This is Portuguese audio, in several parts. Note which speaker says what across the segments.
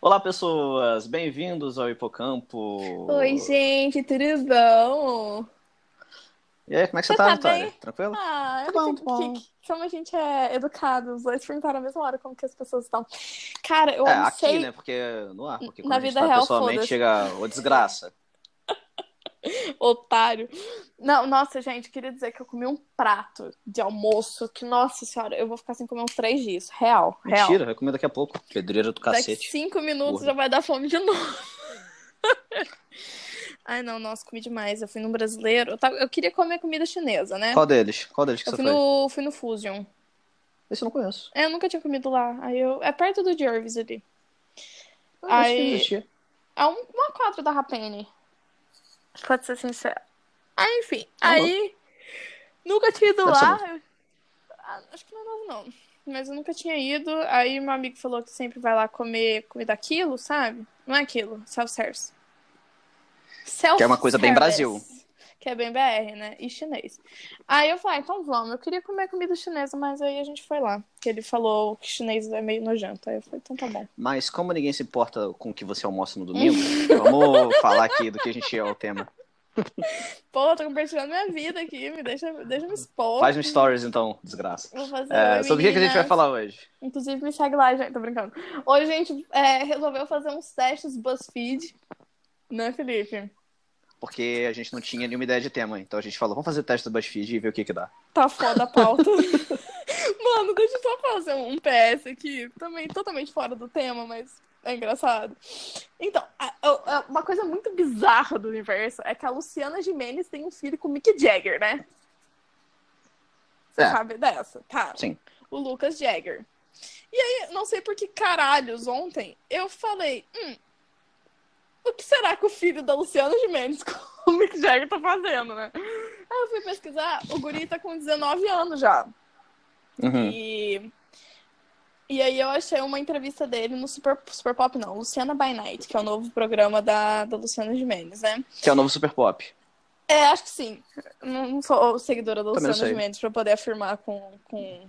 Speaker 1: Olá, pessoas! Bem-vindos ao Hipocampo!
Speaker 2: Oi, gente, tudo bom?
Speaker 1: E aí, como é que você,
Speaker 2: Você
Speaker 1: tá,
Speaker 2: tá
Speaker 1: Antônia?
Speaker 2: bem?
Speaker 1: Tranquilo?
Speaker 2: Ah, eu
Speaker 1: Bom,
Speaker 2: não sei
Speaker 1: bom.
Speaker 2: que, que- como a gente é educado. Os dois perguntaram a mesma hora como que as pessoas estão. Cara, eu
Speaker 1: é, aqui,
Speaker 2: almocei.
Speaker 1: né? Porque no ar, porque quando
Speaker 2: Na
Speaker 1: a gente
Speaker 2: vida
Speaker 1: tá
Speaker 2: real,
Speaker 1: pessoalmente
Speaker 2: foda-se.
Speaker 1: chega ô desgraça. né?
Speaker 2: Otário. Não, nossa, gente, queria dizer que eu comi um prato de almoço que, nossa senhora, eu vou ficar sem comer uns três dias. Real, real.
Speaker 1: Mentira, vai comer daqui a pouco. Pedreira do
Speaker 2: Daqui
Speaker 1: cacete.
Speaker 2: cinco minutos
Speaker 1: Porra.
Speaker 2: já vai dar fome de novo. Ai, não, nossa, comi demais. Eu fui num brasileiro. Eu, tava- eu queria comer comida chinesa, né?
Speaker 1: Qual deles? Qual deles que
Speaker 2: Eu
Speaker 1: você
Speaker 2: fui
Speaker 1: foi?
Speaker 2: no, fui no Fusion.
Speaker 1: Esse eu não conheço.
Speaker 2: É, Eu nunca tinha comido lá. Aí eu... É perto do Jervis ali.
Speaker 1: Eu não acho
Speaker 2: Ai.
Speaker 1: que existia.
Speaker 2: É um- uma quadra da Rapene. Pode ser sincero. Aí, enfim.
Speaker 1: Tá
Speaker 2: aí. Nunca tinha ido
Speaker 1: Deve
Speaker 2: lá.
Speaker 1: ser
Speaker 2: eu- Ah, acho que não é novo, não. Mas eu nunca tinha ido. Aí meu amigo falou que sempre vai lá comer comida aquilo, sabe? Não é aquilo. Self-service. Self
Speaker 1: Que é uma coisa bem Brasil.
Speaker 2: Que é bem BR, né? E chinês. Aí eu falei, ah, então vamos. Eu queria comer comida chinesa, mas aí a gente foi lá. Que ele falou que chinês é meio nojento. Aí eu falei, então tá bom.
Speaker 1: Mas como ninguém se importa com o que você almoça no domingo, vamos falar aqui do que a gente é o tema.
Speaker 2: Pô, tô compartilhando minha vida aqui, me deixa, deixa me expor.
Speaker 1: Faz no stories, então, desgraça.
Speaker 2: Vou fazer.
Speaker 1: É,
Speaker 2: oi,
Speaker 1: sobre o que que a gente
Speaker 2: meninas.
Speaker 1: vai falar hoje?
Speaker 2: Inclusive, me segue lá, gente, tô brincando. Hoje a gente é, resolveu fazer uns testes BuzzFeed, né, Felipe?
Speaker 1: Porque a gente não tinha nenhuma ideia de tema, então a gente falou, vamos fazer o teste do BuzzFeed e ver o que que dá.
Speaker 2: Tá foda a pauta. Mano, deixa eu só fazer um um PS aqui, também totalmente fora do tema, mas é engraçado. Então, a- a- a- uma coisa muito bizarra do universo é que a Luciana Jimenez tem um filho com o Mick Jagger, né? Você
Speaker 1: É.
Speaker 2: sabe dessa? Tá.
Speaker 1: Sim.
Speaker 2: O Lucas Jagger. E aí, não sei por que caralhos, ontem eu falei, hum, o que será que o filho da Luciana Gimenez com o Mick Jagger tá fazendo, né? Aí eu fui pesquisar, o guri tá com 19 anos já.
Speaker 1: Uhum.
Speaker 2: E... E aí eu achei uma entrevista dele no Super, Super Pop, não, Luciana by Night, que é o novo programa da, da Luciana Gimenez, né?
Speaker 1: Que é o novo Super Pop.
Speaker 2: É, acho que sim. Não não sou seguidora da
Speaker 1: Também não
Speaker 2: Luciana
Speaker 1: sei.
Speaker 2: Gimenez pra poder afirmar com, com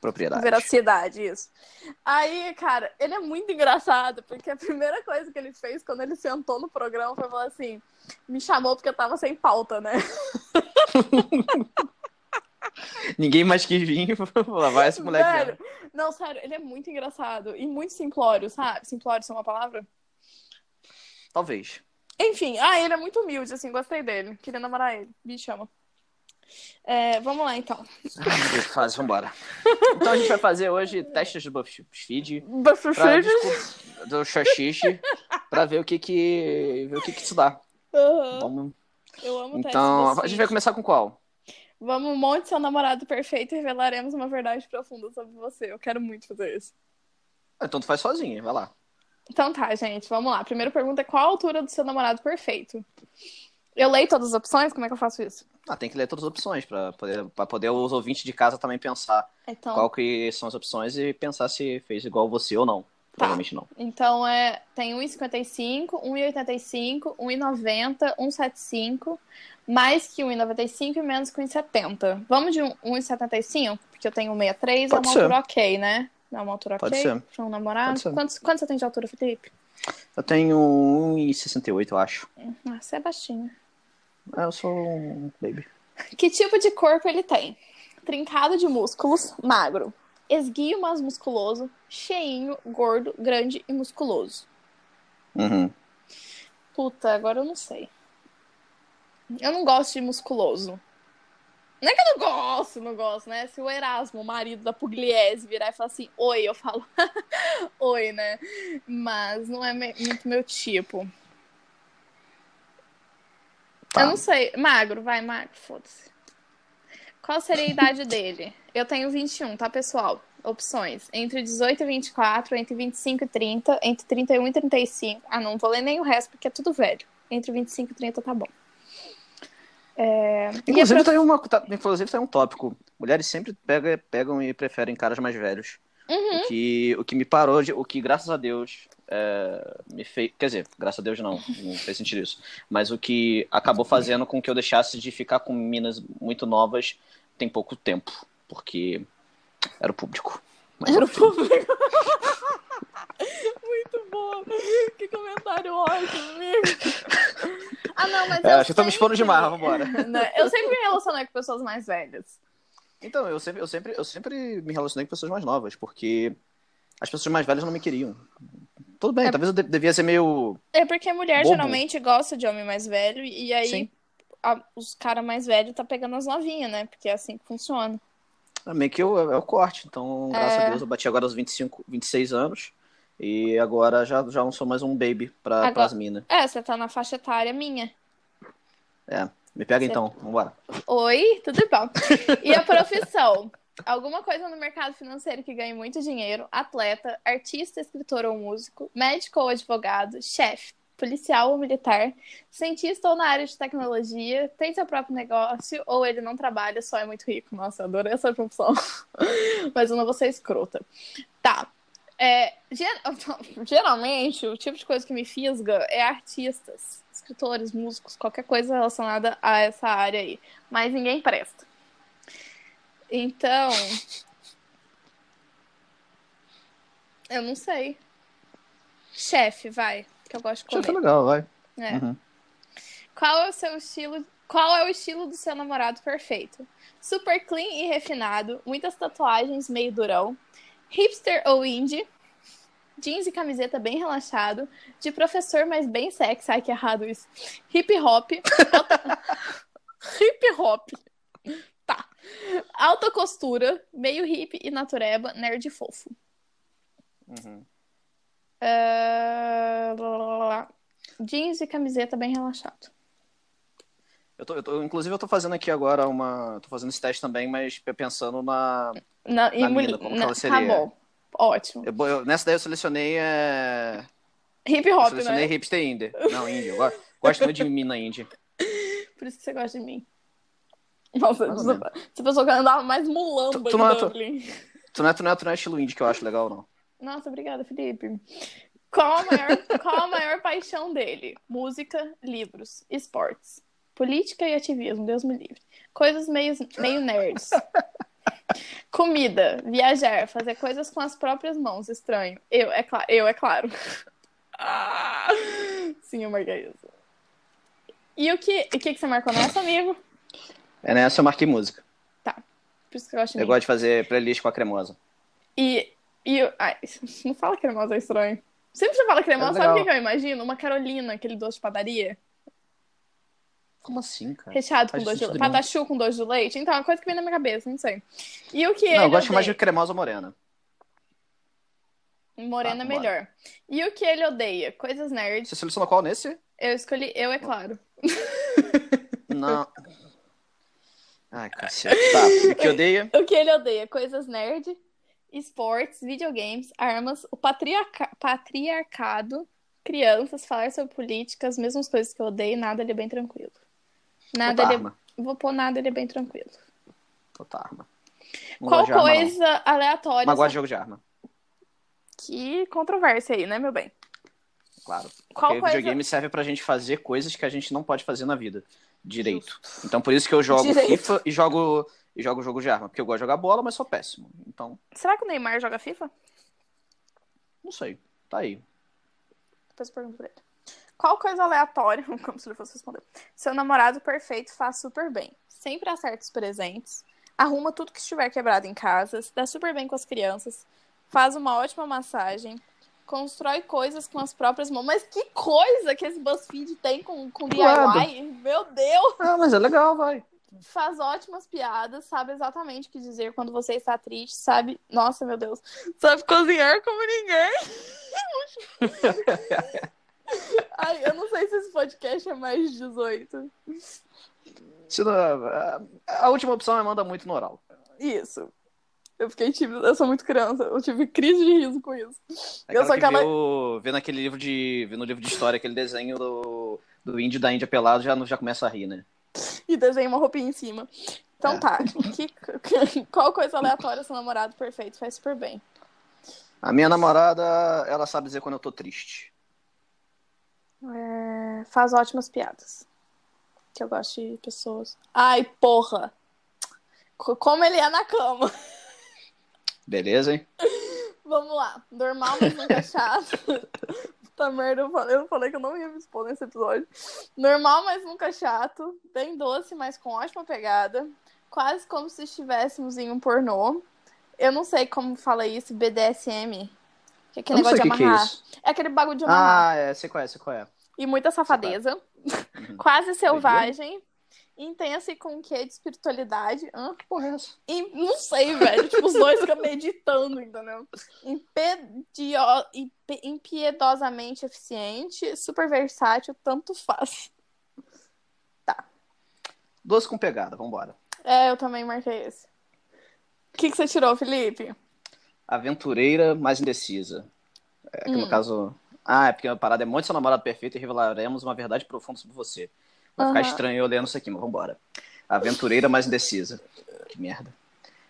Speaker 1: Propriedade.
Speaker 2: Veracidade, isso. Aí, cara, ele é muito engraçado, porque a primeira coisa que ele fez quando ele sentou no programa foi falar assim: me chamou porque eu tava sem pauta, né?
Speaker 1: Ninguém mais quis vir. Lá vai esse moleque.
Speaker 2: Sério. Não, sério, ele é muito engraçado e muito simplório, sabe? Simplório isso é uma palavra?
Speaker 1: mesmo. Talvez.
Speaker 2: Enfim, ah, ele é muito humilde, assim, gostei dele. Queria namorar ele, me chama. É, vamos lá então.
Speaker 1: Que fase, vambora. Então a gente vai fazer hoje testes do BuzzFeed. Pra,
Speaker 2: Buffy
Speaker 1: desculpa, do xaxixe. Pra ver o que que... Ver o que que isso dá.
Speaker 2: Aham,
Speaker 1: Vamos-
Speaker 2: Eu amo
Speaker 1: Então,
Speaker 2: testes
Speaker 1: a gente vai
Speaker 2: BuzzFeed.
Speaker 1: começar com qual?
Speaker 2: Vamos, um monte seu namorado perfeito e revelaremos uma verdade profunda sobre você. Eu quero muito fazer isso.
Speaker 1: Então tu faz sozinha, vai lá.
Speaker 2: Então tá, gente, vamos lá. Primeira pergunta é qual a altura do seu namorado perfeito? Eu leio todas as opções? Como é que eu faço isso?
Speaker 1: Ah, tem que ler todas as opções pra poder, pra poder os ouvintes de casa também pensar
Speaker 2: Então,
Speaker 1: qual que são as opções e pensar se fez igual você ou não. Provavelmente não.
Speaker 2: então é, tem 1,55, 1,85, 1,90, 1,75, mais que 1,95 e menos que 1,70. Vamos de um- 1,75, porque eu tenho 1,63, é
Speaker 1: Pode
Speaker 2: uma
Speaker 1: ser.
Speaker 2: altura ok, né? É uma altura
Speaker 1: Pode
Speaker 2: ok
Speaker 1: ser.
Speaker 2: pra um namorado.
Speaker 1: Pode ser.
Speaker 2: Quantos, quantos você tem de altura, Felipe?
Speaker 1: Eu tenho 1,68, eu acho.
Speaker 2: Ah, você é baixinho.
Speaker 1: É, Eu sou um baby.
Speaker 2: Que tipo de corpo ele tem? Trincado de músculos, magro. Esguio, mas musculoso. Cheinho, gordo, grande e musculoso.
Speaker 1: Uhum.
Speaker 2: Puta, agora eu não sei. Eu não gosto de musculoso. Não é que eu não gosto, não gosto, né? Se o Erasmo, o marido da Pugliese, virar e falar assim, oi, eu falo, oi, né? Mas não é me- muito meu tipo.
Speaker 1: Tá.
Speaker 2: Eu não sei. Magro, vai, magro, foda-se. Qual seria a idade dele? Eu tenho 21, tá, pessoal? Opções. Entre 18 e 24, entre 25 e 30, entre 31 e 35. Ah, não vou ler nem o resto, porque é tudo velho. Entre 25 e 30 tá bom. É... E a
Speaker 1: Inclusive, tem uma, tá, inclusive, tem um tópico. Mulheres sempre pega, pegam e preferem caras mais velhos.
Speaker 2: Uhum.
Speaker 1: O, que, o que me parou de. O que, graças a Deus, é, me fez. Quer dizer, graças a Deus não, não fez sentido isso. Mas o que acabou fazendo com que eu deixasse de ficar com minas muito novas tem pouco tempo. Porque era o público. Mas
Speaker 2: Era o público. Muito boa. Caralho, ótimo, amigo. Ah, não, mas
Speaker 1: É,
Speaker 2: eu
Speaker 1: acho que eu tô me expondo
Speaker 2: sempre-
Speaker 1: demais, vambora.
Speaker 2: Né, Eu sempre me relacionei com pessoas mais velhas.
Speaker 1: Então, eu sempre, eu, sempre, eu sempre me relacionei com pessoas mais novas, porque as pessoas mais velhas não me queriam. Tudo bem,
Speaker 2: É-
Speaker 1: talvez eu de- devia ser meio.
Speaker 2: É porque mulher
Speaker 1: Bobo.
Speaker 2: geralmente gosta de homem mais velho e aí
Speaker 1: Sim.
Speaker 2: a- os caras mais velhos tá pegando as novinhas, né? Porque é assim que funciona.
Speaker 1: Meio que eu, é o corte. Então, graças
Speaker 2: É.
Speaker 1: a Deus, eu bati agora aos 25, 26 anos. E agora já, já não sou mais um baby pra,
Speaker 2: Agora-
Speaker 1: pras minas.
Speaker 2: É, você tá na faixa etária minha.
Speaker 1: Me pega
Speaker 2: Certo.
Speaker 1: então, vambora.
Speaker 2: Oi, tudo bom? E a profissão? Alguma coisa no mercado financeiro que ganhe muito dinheiro, atleta, artista, escritor ou músico, médico ou advogado, chefe, policial ou militar, cientista ou na área de tecnologia, tem seu próprio negócio ou ele não trabalha, só é muito rico. Nossa, eu adorei essa profissão. Mas eu não vou ser escrota. Tá. É, ger- geralmente, o tipo de coisa que me fisga é artistas, escritores, músicos, qualquer coisa relacionada a essa área aí mas ninguém presta. Então. Eu não sei. Chefe, vai, que eu gosto de
Speaker 1: Acho que é
Speaker 2: comer.
Speaker 1: legal, vai.
Speaker 2: É.
Speaker 1: Uhum.
Speaker 2: Qual é o seu estilo? Qual é o estilo do seu namorado perfeito? Super clean e refinado, muitas tatuagens, meio durão, hipster ou indie, jeans e camiseta bem relaxado, de professor mas bem sexy, ai que errado isso. Hip hop, alta- hip hop. Tá. Alta costura, meio hip e natureba, nerd fofo.
Speaker 1: Uhum.
Speaker 2: Ah, blá, blá, blá, blá. Jeans e camiseta bem relaxado.
Speaker 1: Eu tô, eu tô- inclusive, eu tô fazendo aqui agora uma. Tô fazendo esse teste também, mas pensando na.
Speaker 2: Na, e
Speaker 1: Na
Speaker 2: muli-
Speaker 1: mina, como que
Speaker 2: na-
Speaker 1: ela seria?
Speaker 2: Tá bom. Ótimo.
Speaker 1: eu- eu- nessa daí eu selecionei. É...
Speaker 2: Hip
Speaker 1: Eu
Speaker 2: hop,
Speaker 1: selecionei
Speaker 2: né?
Speaker 1: hipster indie. Não, indie. Eu gosto, gosto muito de mina indie.
Speaker 2: Por isso que você gosta de mim. Nossa,
Speaker 1: Mais ou
Speaker 2: essa essa pessoa que andava mais
Speaker 1: Ah, Tu-
Speaker 2: mulamba
Speaker 1: tu
Speaker 2: em
Speaker 1: não é- tu-
Speaker 2: Dublin.
Speaker 1: Tu não é, tu não é, tu não é estilo indie que eu acho legal, não.
Speaker 2: Nossa, obrigada, Felipe. Qual a, maior, qual a maior paixão dele? Música, livros, esportes, política e ativismo, Deus me livre. Coisas meio, meio nerds. Comida, viajar, fazer coisas com as próprias mãos, estranho. Eu, é, cla eu, é claro. Ah, Sim, eu marquei isso. E o que, o que, que você marcou nessa, amigo?
Speaker 1: É nessa eu marquei música.
Speaker 2: Por isso que eu gosto de
Speaker 1: Eu
Speaker 2: mim.
Speaker 1: gosto de fazer playlist com a cremosa.
Speaker 2: E, e eu- ai, não fala cremosa, é estranho. Sempre que você fala cremosa,
Speaker 1: É
Speaker 2: sabe o que
Speaker 1: legal.
Speaker 2: que eu imagino? Uma Carolina, aquele doce de padaria.
Speaker 1: Como assim, cara?
Speaker 2: Recheado com
Speaker 1: Faz
Speaker 2: doce de leite.
Speaker 1: sentido nenhum.
Speaker 2: Patachu com doce de leite. Então, é uma coisa que vem na minha cabeça, não sei. E o que ele
Speaker 1: Não, eu gosto mais de
Speaker 2: odeia?
Speaker 1: cremosa morena.
Speaker 2: Morena
Speaker 1: Tá,
Speaker 2: é melhor. E o que ele odeia? Coisas nerds.
Speaker 1: Você selecionou qual nesse?
Speaker 2: Eu escolhi eu, é claro.
Speaker 1: Não. Ai, cacete. Tá, o que odeia?
Speaker 2: O que ele odeia? Coisas nerd, esportes, videogames, armas, o patriarca- patriarcado, crianças, falar sobre política, as mesmas coisas que eu odeio, nada ele é bem tranquilo. Nada
Speaker 1: Outra
Speaker 2: ele é
Speaker 1: arma.
Speaker 2: Vou pôr nada, ele é bem tranquilo.
Speaker 1: Outra arma. Não
Speaker 2: Qual
Speaker 1: gosto de arma, não.
Speaker 2: coisa aleatória.
Speaker 1: Mas gosto de jogo de arma,
Speaker 2: Que controvérsia aí, né, meu bem?
Speaker 1: claro.
Speaker 2: Qual
Speaker 1: Porque
Speaker 2: coisa.
Speaker 1: videogame serve pra gente fazer coisas que a gente não pode fazer na vida. Direito. Então por isso que eu jogo
Speaker 2: Direito.
Speaker 1: FIFA e jogo, e jogo jogo de arma. Porque eu gosto de jogar bola, mas sou péssimo. Então,
Speaker 2: Será que o Neymar joga FIFA?
Speaker 1: não sei. Tá aí.
Speaker 2: Depois eu pergunto pra ele. Qual coisa aleatória, como se ele fosse responder. Seu namorado perfeito faz super bem. Sempre acerta os presentes. Arruma tudo que estiver quebrado em casa. Se dá super bem com as crianças. Faz uma ótima massagem. Constrói coisas com as próprias mãos. Mas que coisa que esse BuzzFeed tem com, com DIY?
Speaker 1: Claro.
Speaker 2: Meu Deus!
Speaker 1: Ah, mas é legal, vai.
Speaker 2: faz ótimas piadas, sabe exatamente o que dizer quando você está triste, sabe? Nossa, meu Deus. Sabe cozinhar como ninguém. Ai, eu não sei se esse podcast é mais de 18.
Speaker 1: Se não- a, a última opção é manda muito no oral.
Speaker 2: Isso. Eu fiquei tímida, eu sou muito criança, eu tive crise de riso com isso.
Speaker 1: É
Speaker 2: Eu
Speaker 1: aquela
Speaker 2: sou
Speaker 1: que
Speaker 2: aquela-
Speaker 1: viu, vê naquele livro de. Vê no livro de história aquele desenho do, do índio da Índia pelado, já, não- já começa a rir, né?
Speaker 2: E desenhei uma roupinha em cima. Então
Speaker 1: É.
Speaker 2: tá. Que- qual coisa aleatória seu namorado perfeito faz super bem?
Speaker 1: A minha namorada, ela sabe dizer quando eu tô triste.
Speaker 2: É, faz ótimas piadas. Que eu gosto de pessoas. Ai, porra! Co- Como ele é na cama.
Speaker 1: Beleza, hein?
Speaker 2: Vamos lá. Normal, mas nunca chato. é puta merda, eu falei, eu falei que eu não ia me expor nesse episódio. Normal, mas nunca é chato. Bem doce, mas com ótima pegada. Quase como se estivéssemos em um pornô. Eu não sei como fala isso, BDSM.
Speaker 1: Eu
Speaker 2: Que é aquele
Speaker 1: não sei o
Speaker 2: negócio de
Speaker 1: que, que é
Speaker 2: amarrar.
Speaker 1: isso.
Speaker 2: é aquele bagulho de amarrar.
Speaker 1: Ah, é, você conhece, você conhece.
Speaker 2: E muita safadeza.
Speaker 1: Uhum.
Speaker 2: Quase selvagem. Intensa e com um quê de espiritualidade. Hã?
Speaker 1: Que porra é essa?
Speaker 2: E não sei, velho. tipo, os dois ficam meditando, entendeu? Impedio... impe- Impiedosamente eficiente, super versátil, tanto faz.
Speaker 1: Doce com pegada, vambora.
Speaker 2: É, eu também marquei esse. O que, que você tirou, Felipe?
Speaker 1: Aventureira mais indecisa. É, que no
Speaker 2: Hum.
Speaker 1: caso. Ah, é porque a parada é muito seu namorado perfeito e revelaremos uma verdade profunda sobre você. Vai ficar
Speaker 2: Aham.
Speaker 1: estranho eu lendo isso aqui, mas vambora. Aventureira mais indecisa. Que merda.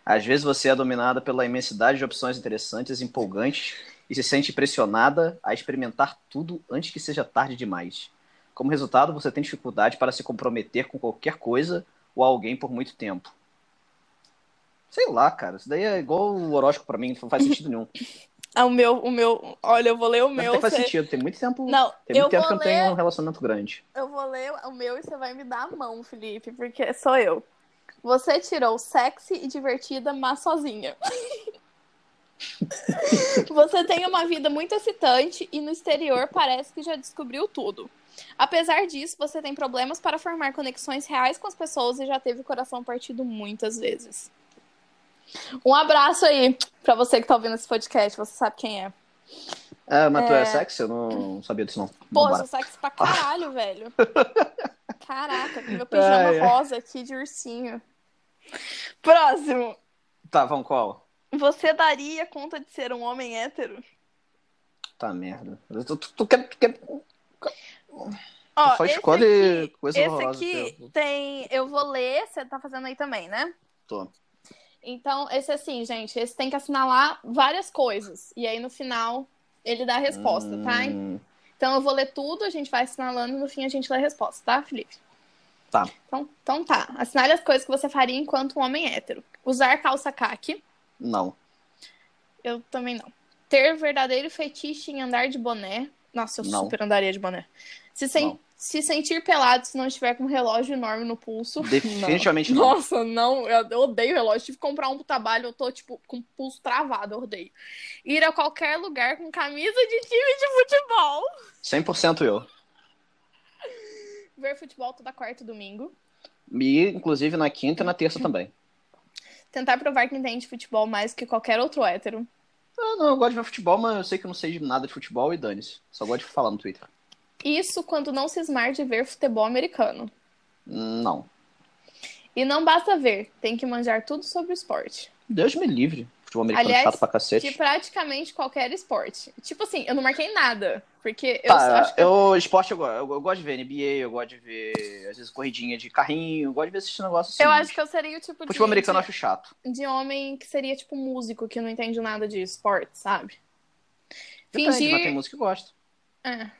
Speaker 1: Às vezes você é dominada pela imensidade de opções interessantes, empolgantes e se sente pressionada a experimentar tudo antes que seja tarde demais. Como resultado, você tem dificuldade para se comprometer com qualquer coisa ou alguém por muito tempo. Sei lá, cara. Isso daí é igual o horóscopo pra mim, não faz sentido nenhum.
Speaker 2: Ah, o meu, o meu. Olha, eu vou ler o
Speaker 1: Não
Speaker 2: meu.
Speaker 1: tem- faz
Speaker 2: cê-
Speaker 1: sentido. Tem muito tempo,
Speaker 2: Não,
Speaker 1: tem muito
Speaker 2: eu
Speaker 1: tempo que
Speaker 2: vou
Speaker 1: eu não tenho
Speaker 2: ler.
Speaker 1: tipo um relacionamento grande.
Speaker 2: Eu vou ler o meu e você vai me dar a mão, Felipe, porque sou eu. Você tirou sexy e divertida, mas sozinha. Você tem uma vida muito excitante e no exterior parece que já descobriu tudo. Apesar disso, você tem problemas para formar conexões reais com as pessoas e já teve o coração partido muitas vezes. Um abraço aí pra você que tá ouvindo esse podcast, você sabe quem é.
Speaker 1: Ah, mas tu é sexy? Eu não sabia disso, não.
Speaker 2: Pô, eu
Speaker 1: Vambora.
Speaker 2: sou sexy pra caralho, velho. Caraca, com meu pijama
Speaker 1: Ai, ai.
Speaker 2: rosa aqui de ursinho. Próximo.
Speaker 1: Tá, vamos qual?
Speaker 2: Você daria conta de ser um homem hétero?
Speaker 1: Tá, merda. Tu, tu- tu quer, tu quer- tu
Speaker 2: Ó,
Speaker 1: só
Speaker 2: esse
Speaker 1: escolhe
Speaker 2: aqui,
Speaker 1: coisa
Speaker 2: esse
Speaker 1: horrorosa. então.
Speaker 2: aqui
Speaker 1: que eu
Speaker 2: tem. Eu vou ler, você tá fazendo aí também, né?
Speaker 1: tô.
Speaker 2: Então, esse assim, gente, esse tem que assinalar várias coisas. E aí no final ele dá a resposta, tá?
Speaker 1: Hum,
Speaker 2: Então eu vou ler tudo, a gente vai assinalando e no fim a gente lê a resposta, tá, Felipe?
Speaker 1: Tá.
Speaker 2: Então, então tá. Assinale as coisas que você faria enquanto um homem hétero. Usar calça caque,
Speaker 1: Não.
Speaker 2: eu também não. Ter verdadeiro fetiche em andar de boné. Nossa, eu
Speaker 1: Não.
Speaker 2: super andaria de boné. Se, sen-
Speaker 1: Não.
Speaker 2: se sentir pelado se não estiver com um relógio enorme no pulso.
Speaker 1: Definitivamente
Speaker 2: não.
Speaker 1: não.
Speaker 2: Nossa, não, eu eu odeio relógio. Tive que comprar um pro trabalho, eu tô, tipo, com o pulso travado, eu odeio. Ir a qualquer lugar com camisa de time de futebol.
Speaker 1: 100% eu.
Speaker 2: Ver futebol toda quarta e domingo.
Speaker 1: E, inclusive, na quinta e na terça também.
Speaker 2: Tentar provar que entende futebol mais que qualquer outro hétero.
Speaker 1: Ah, não, eu gosto de ver futebol, mas eu sei que eu não sei de nada de futebol e dane-se. Só gosto de falar no Twitter.
Speaker 2: Isso quando não cismar de ver futebol americano.
Speaker 1: Não.
Speaker 2: E não basta ver, tem que manjar tudo sobre o esporte.
Speaker 1: Deus me livre. Futebol americano
Speaker 2: Aliás,
Speaker 1: chato pra cacete.
Speaker 2: De praticamente qualquer esporte. Tipo assim, eu não marquei nada. Porque eu só
Speaker 1: Tá,
Speaker 2: acho que.
Speaker 1: eu, esporte eu, go- eu, eu gosto de ver NBA, eu gosto de ver, às vezes, corridinha de carrinho, eu gosto de ver esses negócios assim.
Speaker 2: Eu acho que eu seria o tipo de,
Speaker 1: Futebol americano eu acho chato.
Speaker 2: de, de homem que seria tipo músico, que não entende nada de esporte, sabe?
Speaker 1: Depende, mas tem
Speaker 2: Fingir.
Speaker 1: música que eu gosto.
Speaker 2: É,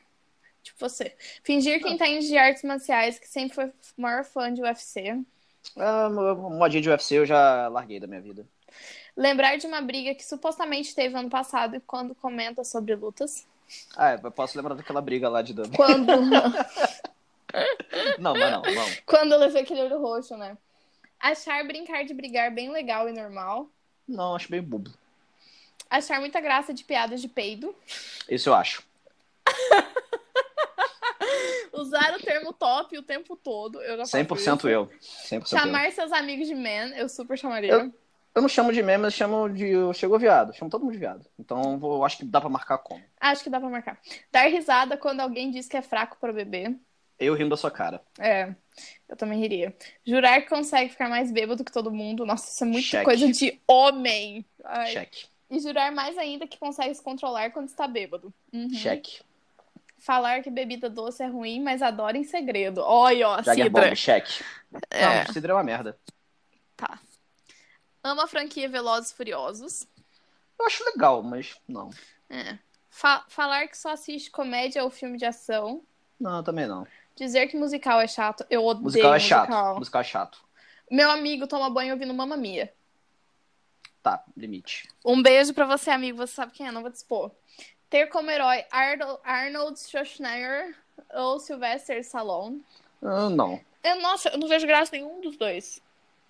Speaker 2: tipo você. Fingir
Speaker 1: Tá.
Speaker 2: que entende de artes marciais, que sempre foi maior fã de UFC.
Speaker 1: Ah, mo- modinha de UFC eu já larguei da minha vida.
Speaker 2: Lembrar de uma briga que supostamente teve ano passado e quando comenta sobre lutas.
Speaker 1: Ah, eu posso lembrar daquela briga lá de W.
Speaker 2: Quando,
Speaker 1: Não, mas não, vamos.
Speaker 2: quando eu levei aquele olho roxo, né? Achar brincar de brigar bem legal e normal.
Speaker 1: Não, acho bem bobo.
Speaker 2: Achar muita graça de piadas de peido.
Speaker 1: Isso eu acho.
Speaker 2: Usar o termo top o tempo todo. Eu Tá, já faço
Speaker 1: 100%
Speaker 2: isso.
Speaker 1: eu. 100% eu.
Speaker 2: Chamar seus amigos de man, eu super chamaria.
Speaker 1: Eu- Eu não chamo de meme, mas chamo de. Eu chego viado. Chamo todo mundo de viado. Então eu vou- acho que dá pra marcar como.
Speaker 2: Acho que dá pra marcar. Dar risada quando alguém diz que é fraco pra beber.
Speaker 1: Eu rindo da sua cara.
Speaker 2: É, eu também riria. Jurar que consegue ficar mais bêbado que todo mundo. Nossa, isso é muita
Speaker 1: Cheque.
Speaker 2: coisa de homem. Ai,
Speaker 1: Cheque.
Speaker 2: E jurar mais ainda que consegue se controlar quando está bêbado. Uhum.
Speaker 1: Cheque.
Speaker 2: Falar que bebida doce é ruim, mas adora em segredo. Olha, ó,
Speaker 1: Jagger
Speaker 2: Cidra.
Speaker 1: Bomb, cheque. Não, Cidra é uma merda.
Speaker 2: Ama a franquia Velozes e Furiosos.
Speaker 1: Eu acho legal, mas não.
Speaker 2: É. Fa- falar que só assiste comédia ou filme de ação.
Speaker 1: Não, também não.
Speaker 2: Dizer que musical é chato. Eu odeio
Speaker 1: Musical
Speaker 2: musical.
Speaker 1: é chato. Musical é chato.
Speaker 2: Meu amigo toma banho ouvindo Mamma Mia.
Speaker 1: Tá, limite.
Speaker 2: Um beijo pra você, amigo. Você sabe quem é, não vou dispor. Ter como herói Ardo- Arnold Schwarzenegger ou Sylvester Stallone.
Speaker 1: Ah, não.
Speaker 2: Eu, nossa, eu não vejo graça nenhum dos dois.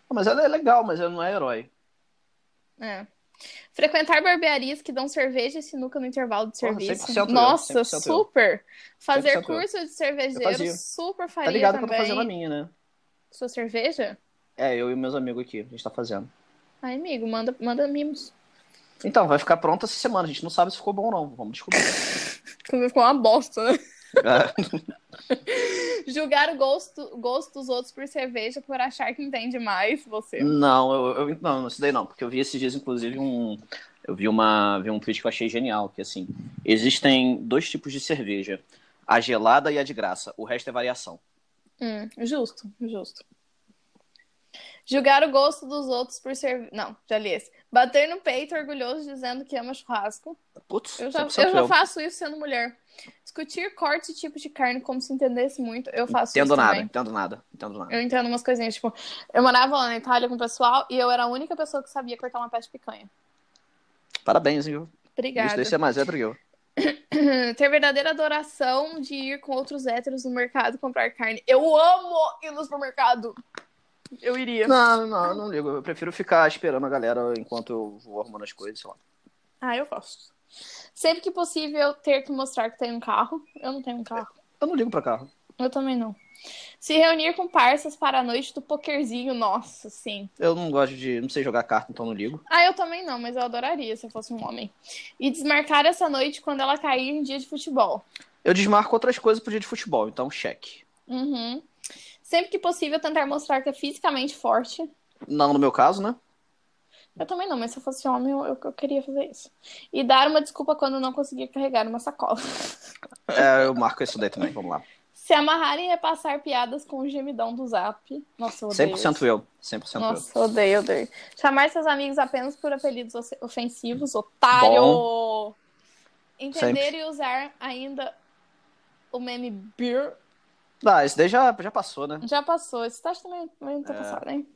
Speaker 1: Mas ela é legal, mas ela não é herói.
Speaker 2: É. Frequentar barbearias que dão cerveja e sinuca no intervalo de
Speaker 1: Porra,
Speaker 2: serviço.
Speaker 1: 100% eu,
Speaker 2: Nossa,
Speaker 1: 100% eu.
Speaker 2: super. Fazer
Speaker 1: 100% eu.
Speaker 2: curso de
Speaker 1: Eu
Speaker 2: cervejeiro,
Speaker 1: fazia.
Speaker 2: super
Speaker 1: Tá
Speaker 2: faria
Speaker 1: ligado que eu
Speaker 2: também.
Speaker 1: tô fazendo a minha, né?
Speaker 2: Sua cerveja?
Speaker 1: É, eu e meus amigos aqui, a gente tá fazendo.
Speaker 2: Ai, amigo, manda, manda mimos.
Speaker 1: Então, vai ficar pronta essa semana. A gente não sabe se ficou bom ou não. Vamos descobrir.
Speaker 2: Comigo Ficou uma bosta, né?
Speaker 1: É.
Speaker 2: Julgar o gosto, gosto dos outros por cerveja por achar que entende mais você.
Speaker 1: não, eu, eu- não, isso daí não. Porque eu vi esses dias, inclusive, um. Eu vi, uma, vi um tweet que eu achei genial, que assim, existem dois tipos de cerveja. A gelada e a de graça. O resto é variação.
Speaker 2: Hum, justo, justo. Julgar o gosto dos outros por cerveja. Não, já li esse. Bater no peito orgulhoso dizendo que ama churrasco.
Speaker 1: Putz,
Speaker 2: Eu já,
Speaker 1: 100%
Speaker 2: eu já faço isso sendo mulher. Discutir corte e tipo de carne como se entendesse muito. Eu faço
Speaker 1: Entendo
Speaker 2: isso
Speaker 1: nada,
Speaker 2: também.
Speaker 1: entendo nada, entendo nada.
Speaker 2: Eu entendo umas coisinhas, tipo, eu morava lá na Itália com o pessoal e eu era a única pessoa que sabia cortar uma peça de picanha.
Speaker 1: Parabéns, viu?
Speaker 2: Obrigada.
Speaker 1: Isso daí você é mais hétero que eu.
Speaker 2: Ter verdadeira adoração de ir com outros héteros no mercado comprar carne. Eu amo ir no supermercado. Eu iria.
Speaker 1: Não, não, não ligo. Eu prefiro ficar esperando a galera enquanto eu vou arrumando as coisas, sei lá.
Speaker 2: Ah, eu gosto. Sempre que possível, ter que mostrar que tem um carro. Eu não tenho um carro.
Speaker 1: Eu não ligo pra carro.
Speaker 2: Eu também não. Se reunir com parças para a noite do pokerzinho. Nossa, sim.
Speaker 1: Eu não gosto de. Não sei jogar carta, então não ligo.
Speaker 2: Ah, eu também não, mas eu adoraria se eu fosse um homem. E desmarcar essa noite quando ela cair em dia de futebol.
Speaker 1: Eu desmarco outras coisas pro dia de futebol, então cheque.
Speaker 2: Uhum. Sempre que possível, tentar mostrar que é fisicamente forte.
Speaker 1: Não no meu caso, né?
Speaker 2: Eu também não, mas se eu fosse homem, eu, eu- eu queria fazer isso. E dar uma desculpa quando não conseguir carregar uma sacola.
Speaker 1: É, eu marco isso daí também, vamos lá.
Speaker 2: Se amarrar e repassar piadas com o gemidão do zap. Nossa, eu odeio.
Speaker 1: 100% eu. 100% eu.
Speaker 2: Nossa, eu odeio, odeio. Chamar seus amigos apenas por apelidos oce- ofensivos, otário. Entender e usar ainda o meme beer.
Speaker 1: Ah, isso daí já, já passou, né?
Speaker 2: Já passou. Esse teste também, também não tá
Speaker 1: É.
Speaker 2: passado, hein?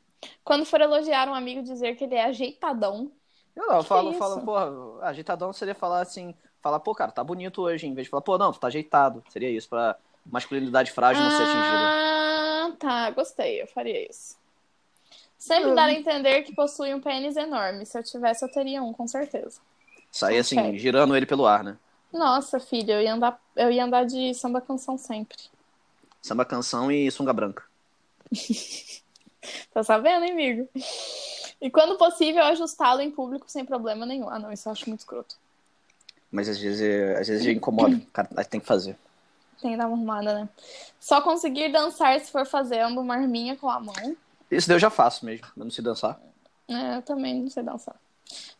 Speaker 2: Quando for elogiar um amigo, dizer que ele é ajeitadão.
Speaker 1: Eu não, eu
Speaker 2: Que
Speaker 1: falo,
Speaker 2: isso?
Speaker 1: falo, porra, ajeitadão seria falar assim, falar, pô, cara, tá bonito hoje, em vez de falar, pô, não, tá ajeitado. Seria isso, pra masculinidade frágil não ser atingida.
Speaker 2: Ah, tá. Gostei. Eu faria isso. Sempre dar a entender que possui um pênis enorme. Se eu tivesse, eu teria um, com certeza.
Speaker 1: Sair assim,
Speaker 2: ok.
Speaker 1: girando ele pelo ar, né?
Speaker 2: Nossa, filha, eu ia andar, eu ia andar de samba canção sempre.
Speaker 1: Samba canção e sunga branca.
Speaker 2: Tá sabendo, hein, amigo? E quando possível, ajustá-lo em público sem problema nenhum. Ah, não, isso eu acho muito escroto.
Speaker 1: Mas às vezes, é- às vezes é incomoda. Cara, mas tem que fazer.
Speaker 2: Tem que dar uma arrumada, né? Só conseguir dançar se for fazendo uma arminha com a mão.
Speaker 1: Isso daí eu já faço mesmo. Eu não sei dançar.
Speaker 2: É, eu também não sei dançar.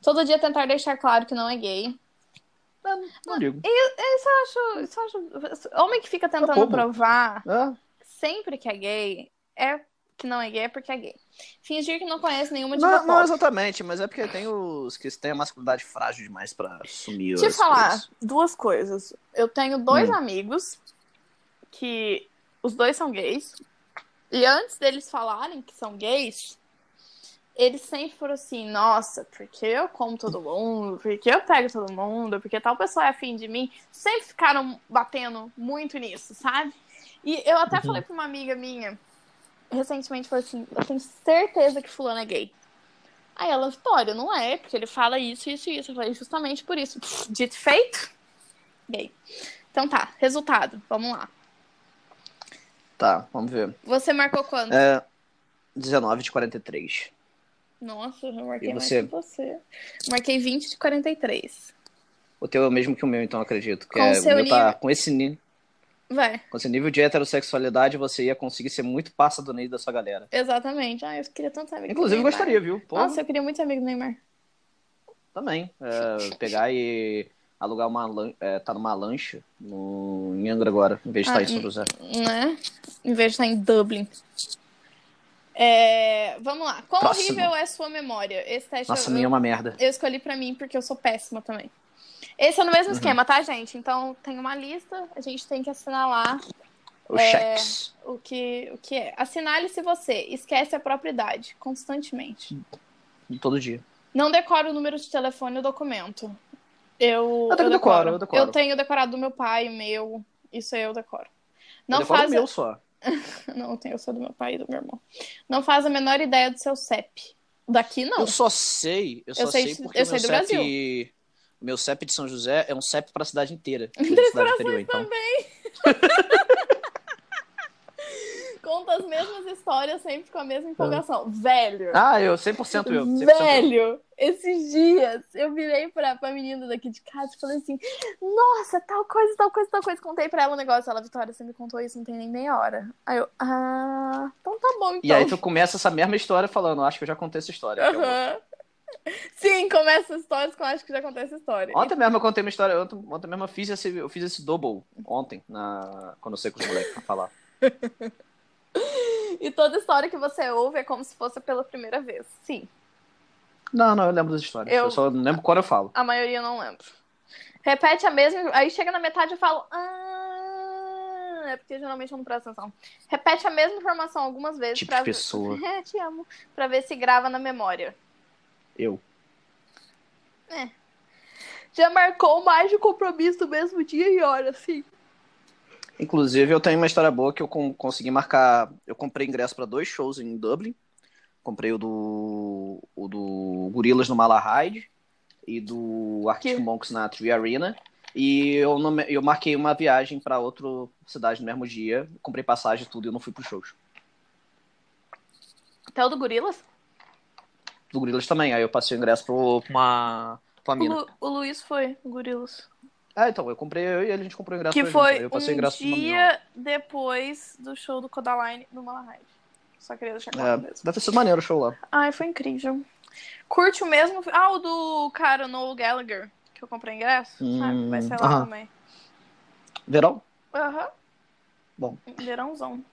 Speaker 2: Todo dia tentar deixar claro que não é gay.
Speaker 1: Não, não ligo.
Speaker 2: Isso eu acho. Isso eu acho... Homem que fica tentando
Speaker 1: Como?
Speaker 2: provar
Speaker 1: Ah,
Speaker 2: sempre que é gay é que não é gay é porque é gay. Fingir que não conhece nenhuma diva
Speaker 1: não,
Speaker 2: pop.
Speaker 1: não exatamente, mas é porque tem os que têm a masculinidade frágil demais pra sumir.
Speaker 2: Deixa eu
Speaker 1: as
Speaker 2: falar
Speaker 1: coisas.
Speaker 2: duas coisas. Eu tenho dois
Speaker 1: Hum.
Speaker 2: amigos que os dois são gays. E antes deles falarem que são gays, eles sempre foram assim, nossa, porque eu como todo mundo, porque eu pego todo mundo, porque tal pessoa é afim de mim. Sempre ficaram batendo muito nisso, sabe? E eu até falei pra uma amiga minha, recentemente, falei assim, eu tenho certeza que fulano é gay. Aí ela, Vitória, não é, porque ele fala isso, isso e isso. Eu falei, justamente por isso. Pff, Dito e feito, gay. Então tá, resultado, vamos lá.
Speaker 1: Tá, vamos ver.
Speaker 2: Você marcou quando?
Speaker 1: É, 19 de 43.
Speaker 2: Nossa, eu marquei
Speaker 1: E
Speaker 2: mais
Speaker 1: você?
Speaker 2: que você. Marquei 20 de 43.
Speaker 1: O teu é o mesmo que o meu, então, acredito. Que
Speaker 2: Com
Speaker 1: é,
Speaker 2: seu
Speaker 1: o meu tá,
Speaker 2: nível-
Speaker 1: com, esse, ni-
Speaker 2: Vai,
Speaker 1: com esse nível de heterossexualidade, você ia conseguir ser muito passa do Ney da sua galera.
Speaker 2: exatamente. Ah, eu queria tanto amigo. do
Speaker 1: Inclusive, eu
Speaker 2: Neymar.
Speaker 1: gostaria, viu? Pô,
Speaker 2: Nossa, eu queria muito amigo do Neymar.
Speaker 1: Também. É, pegar e alugar uma lan- é, tá numa lancha no, em Angra agora, em vez de
Speaker 2: Ah,
Speaker 1: estar em São José.
Speaker 2: Né? Em vez de estar em Dublin. É, vamos lá. Quão
Speaker 1: Próximo.
Speaker 2: horrível é sua memória? Esse teste
Speaker 1: Nossa,
Speaker 2: eu,
Speaker 1: minha é uma merda.
Speaker 2: Eu escolhi pra mim porque eu sou péssima também. Esse é no
Speaker 1: Uhum.
Speaker 2: mesmo esquema, tá, gente? Então tem uma lista, a gente tem que assinalar
Speaker 1: O
Speaker 2: É.
Speaker 1: cheques.
Speaker 2: o que, o que é. Assinale se você esquece a propriedade
Speaker 1: Hum.
Speaker 2: constantemente.
Speaker 1: Todo dia.
Speaker 2: Não decora o número de telefone do documento. Eu,
Speaker 1: Até que eu decoro, eu decoro.
Speaker 2: Eu tenho decorado do meu pai, o meu. Isso aí eu decoro. Não
Speaker 1: eu decoro
Speaker 2: faz.
Speaker 1: é o meu só.
Speaker 2: Não, eu tenho só do meu pai e do meu irmão. Não faz a menor ideia do seu CEP. Daqui não.
Speaker 1: Eu só sei, eu só
Speaker 2: sei
Speaker 1: sei,
Speaker 2: de-
Speaker 1: porque
Speaker 2: eu
Speaker 1: o meu
Speaker 2: sei do
Speaker 1: CEP. O meu CEP de São José é um CEP pra cidade inteira. inclusive cidade interior, então.
Speaker 2: Conta as mesmas histórias sempre com a
Speaker 1: É.
Speaker 2: mesma empolgação. Velho.
Speaker 1: Ah, eu, 100% eu. 100% eu.
Speaker 2: Velho, esses dias eu virei pra, pra menina daqui de casa e falei assim: Nossa, tal coisa, tal coisa, tal coisa. Contei pra ela um negócio. Ela, Vitória, você me contou isso, não tem nem meia hora. Aí eu, ah, então tá bom
Speaker 1: E
Speaker 2: então.
Speaker 1: aí tu começa essa mesma história falando, acho que eu já contei essa história.
Speaker 2: Aham. Sim, começa as histórias que eu acho que já acontece essa história.
Speaker 1: Ontem mesmo eu contei uma história, ontem, ontem mesmo eu fiz esse, eu fiz esse double ontem, na, quando eu sei com os moleques pra falar.
Speaker 2: E toda história que você ouve é como se fosse pela primeira vez. Sim,
Speaker 1: Não, não, eu lembro das histórias.
Speaker 2: Eu-
Speaker 1: Eu, só não lembro quando eu falo.
Speaker 2: a maioria eu não lembro. Repete a mesma, aí chega na metade e eu falo. Ah, é porque geralmente eu não presto atenção. Repete a mesma informação algumas vezes
Speaker 1: Tipo
Speaker 2: pra
Speaker 1: de pessoa.
Speaker 2: É, te amo. Pra ver se grava na memória.
Speaker 1: Eu.
Speaker 2: Já marcou mais de compromisso do mesmo dia e hora, assim. sim.
Speaker 1: Inclusive, eu tenho uma história boa que eu com- consegui marcar. Eu comprei ingresso pra dois shows em Dublin. Comprei o do. o do Gorilas no Malahide e do Arctic
Speaker 2: Que-
Speaker 1: Monks na Tree Arena. E eu, nome- eu marquei uma viagem pra outra cidade no mesmo dia. Comprei passagem e tudo e eu não fui pros shows.
Speaker 2: Até o do Gorilas?
Speaker 1: Do Gorilas também. Aí eu passei o ingresso pro, pra uma. pra uma
Speaker 2: O,
Speaker 1: mina.
Speaker 2: Lu- o Luiz foi, o Gorilas.
Speaker 1: Ah, então, eu comprei eu e ele, a gente comprou o ingresso
Speaker 2: Que
Speaker 1: pra gente.
Speaker 2: foi
Speaker 1: Aí eu passei o
Speaker 2: um
Speaker 1: ingresso pra uma mina.
Speaker 2: dia depois do show do Codaline no Malahide. Só queria deixar
Speaker 1: É,
Speaker 2: claro mesmo.
Speaker 1: deve ter sido maneiro o show lá.
Speaker 2: Ai, foi incrível. Curte o mesmo. Ah, o do cara Noel Gallagher, que eu comprei ingresso,
Speaker 1: Hum,
Speaker 2: sabe? Vai ser lá
Speaker 1: aham.
Speaker 2: também.
Speaker 1: Verão?
Speaker 2: Aham.
Speaker 1: Bom.
Speaker 2: Verãozão.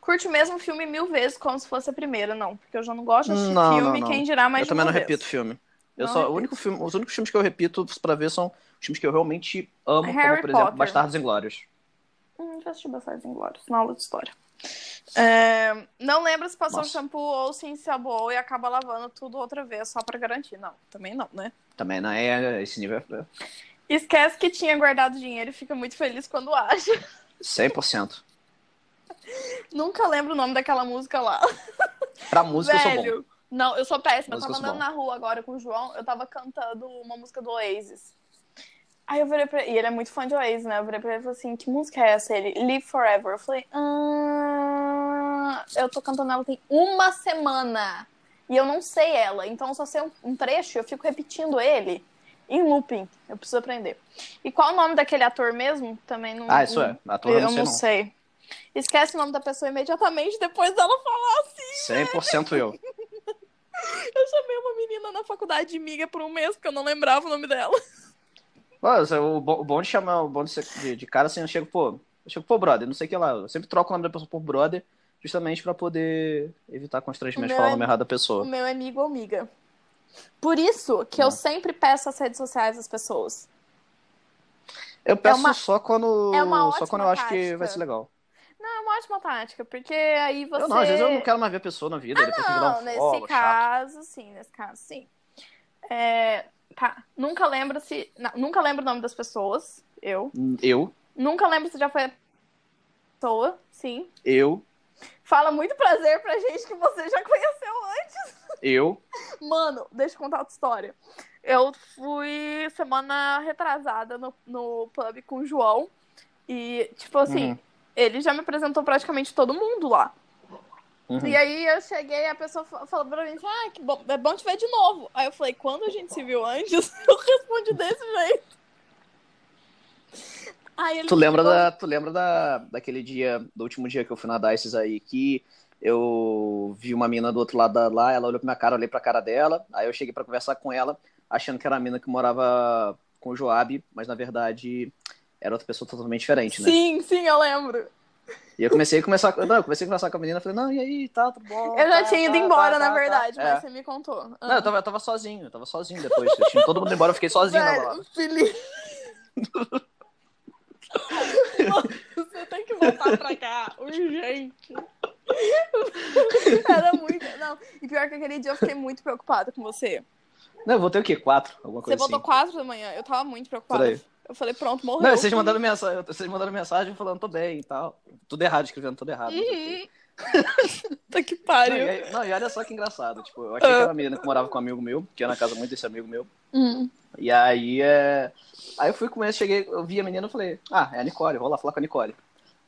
Speaker 2: Curte o mesmo filme mil vezes, como se fosse a primeira, não. Porque eu já não gosto de assistir
Speaker 1: Não, não,
Speaker 2: filme,
Speaker 1: não.
Speaker 2: quem dirá mais
Speaker 1: eu
Speaker 2: de
Speaker 1: também
Speaker 2: uma
Speaker 1: não
Speaker 2: vez.
Speaker 1: repito filme. Eu
Speaker 2: é Não é
Speaker 1: só,
Speaker 2: repito.
Speaker 1: o único filme, os únicos filmes que eu repito pra ver são os filmes que eu realmente amo,
Speaker 2: É Harry
Speaker 1: como, por
Speaker 2: Potter.
Speaker 1: exemplo, Bastardos Inglórios.
Speaker 2: Hum, já assisti Bastardos Inglórios, na aula de história. É, não lembra se passou
Speaker 1: Nossa.
Speaker 2: shampoo ou se ensaboou e acaba lavando tudo outra vez, só pra garantir. Não, também não, né?
Speaker 1: Também não é esse nível. É
Speaker 2: Esquece que tinha guardado dinheiro e fica muito feliz quando acha.
Speaker 1: 100%.
Speaker 2: Nunca lembro o nome daquela música lá.
Speaker 1: Pra música eu sou bom.
Speaker 2: Velho. Não, eu sou péssima. Eu
Speaker 1: Música
Speaker 2: tava
Speaker 1: eu sou
Speaker 2: andando
Speaker 1: bom.
Speaker 2: na rua agora com o João, eu tava cantando uma música do Oasis. Aí eu virei pra ele, e ele é muito fã de Oasis, né? Eu virei pra ele e falei assim: que música é essa? Ele, Live Forever. Eu falei, ah, eu tô cantando ela tem uma semana. E eu não sei ela, então eu só sei um, um trecho e eu fico repetindo ele em looping. Eu preciso aprender. E qual o nome daquele ator mesmo? Também não.
Speaker 1: Ah, isso
Speaker 2: não-
Speaker 1: é. A
Speaker 2: Eu,
Speaker 1: torre eu não
Speaker 2: não
Speaker 1: sei
Speaker 2: sei. Esquece o nome da pessoa imediatamente depois dela falar.
Speaker 1: não. 100% eu.
Speaker 2: Eu chamei uma menina na faculdade de miga por um mês, porque eu não lembrava o nome dela.
Speaker 1: Mas, é o bom o bom de chamar o bom de, ser- de, de cara assim, eu chego, pô, eu chego, pô, brother, não sei o que lá. Eu sempre troco o nome da pessoa por brother, justamente pra poder evitar
Speaker 2: O
Speaker 1: constrangimentos
Speaker 2: meu
Speaker 1: falando
Speaker 2: é-
Speaker 1: o nome errado da
Speaker 2: O
Speaker 1: pessoa.
Speaker 2: meu é miga ou miga. Por isso que eu
Speaker 1: Não.
Speaker 2: sempre peço as redes sociais das pessoas.
Speaker 1: Eu peço
Speaker 2: É uma-
Speaker 1: só quando.
Speaker 2: é uma
Speaker 1: só quando eu
Speaker 2: ótima
Speaker 1: acho que
Speaker 2: tática.
Speaker 1: vai ser legal.
Speaker 2: Não, é uma ótima tática, porque aí você. Ah,
Speaker 1: Eu não, às vezes eu não quero mais ver a pessoa na vida. depois tem que dar
Speaker 2: Não,
Speaker 1: um
Speaker 2: nesse
Speaker 1: follow, chato.
Speaker 2: caso, sim, nesse caso, sim. É, tá. Nunca lembro se. não, nunca lembro o nome das pessoas. Eu.
Speaker 1: Eu,
Speaker 2: Nunca lembro se já foi a pessoa, sim.
Speaker 1: eu,
Speaker 2: Fala muito prazer pra gente que você já conheceu antes.
Speaker 1: eu.
Speaker 2: Mano, deixa eu contar outra história. Eu fui semana retrasada no, no pub com o João. E, tipo assim,
Speaker 1: Uhum.
Speaker 2: ele já me apresentou praticamente todo mundo lá.
Speaker 1: Uhum.
Speaker 2: E aí eu cheguei e a pessoa fa- falou pra mim, ah, que bom, é bom te ver de novo. Aí eu falei, quando a gente se viu antes? Eu respondi desse jeito. Aí ele
Speaker 1: Tu lembra,
Speaker 2: ficou-
Speaker 1: da, tu lembra da, daquele dia, do último dia que eu fui na Dices aí, que eu vi uma mina do outro lado da, lá, ela olhou pra minha cara, eu olhei pra cara dela, aí eu cheguei pra conversar com ela, achando que era a mina que morava com o Joab, mas na verdade era outra pessoa totalmente diferente, né?
Speaker 2: Sim, sim, eu lembro.
Speaker 1: E eu comecei a conversar, não, eu comecei a conversar com a menina, falei, não, e aí, tá, tudo bom?
Speaker 2: Eu já
Speaker 1: tá,
Speaker 2: tinha ido
Speaker 1: tá,
Speaker 2: embora,
Speaker 1: tá,
Speaker 2: na
Speaker 1: tá,
Speaker 2: verdade,
Speaker 1: tá."
Speaker 2: mas
Speaker 1: É.
Speaker 2: você me contou.
Speaker 1: Não, eu tava, eu tava sozinho, eu tava sozinho depois. Eu tinha todo mundo embora, eu fiquei sozinho na balada.
Speaker 2: Velho, Felipe. Você tem que voltar pra cá, urgente. Era muito. Não, e pior que aquele dia eu fiquei muito preocupada com você.
Speaker 1: Não, eu votei o quê? Quatro? Alguma
Speaker 2: Você
Speaker 1: coisa
Speaker 2: botou
Speaker 1: assim.
Speaker 2: 4 da manhã. Eu tava muito preocupada.
Speaker 1: Por aí.
Speaker 2: Eu falei, pronto, morreu.
Speaker 1: Não, vocês mandaram, mensagem, vocês mandaram mensagem falando tô bem e tal. Tudo errado, escrevendo tudo errado.
Speaker 2: Uhum. Tá que
Speaker 1: Não, e,
Speaker 2: pariu.
Speaker 1: aí- não, e olha só que engraçado. Tipo, eu achei que era uma menina que morava com um amigo meu, que ia na casa muito desse amigo meu.
Speaker 2: Hum.
Speaker 1: E aí, é... aí eu fui com ele, cheguei, eu vi a menina e falei, ah, é a Nicole, vou lá falar com a Nicole.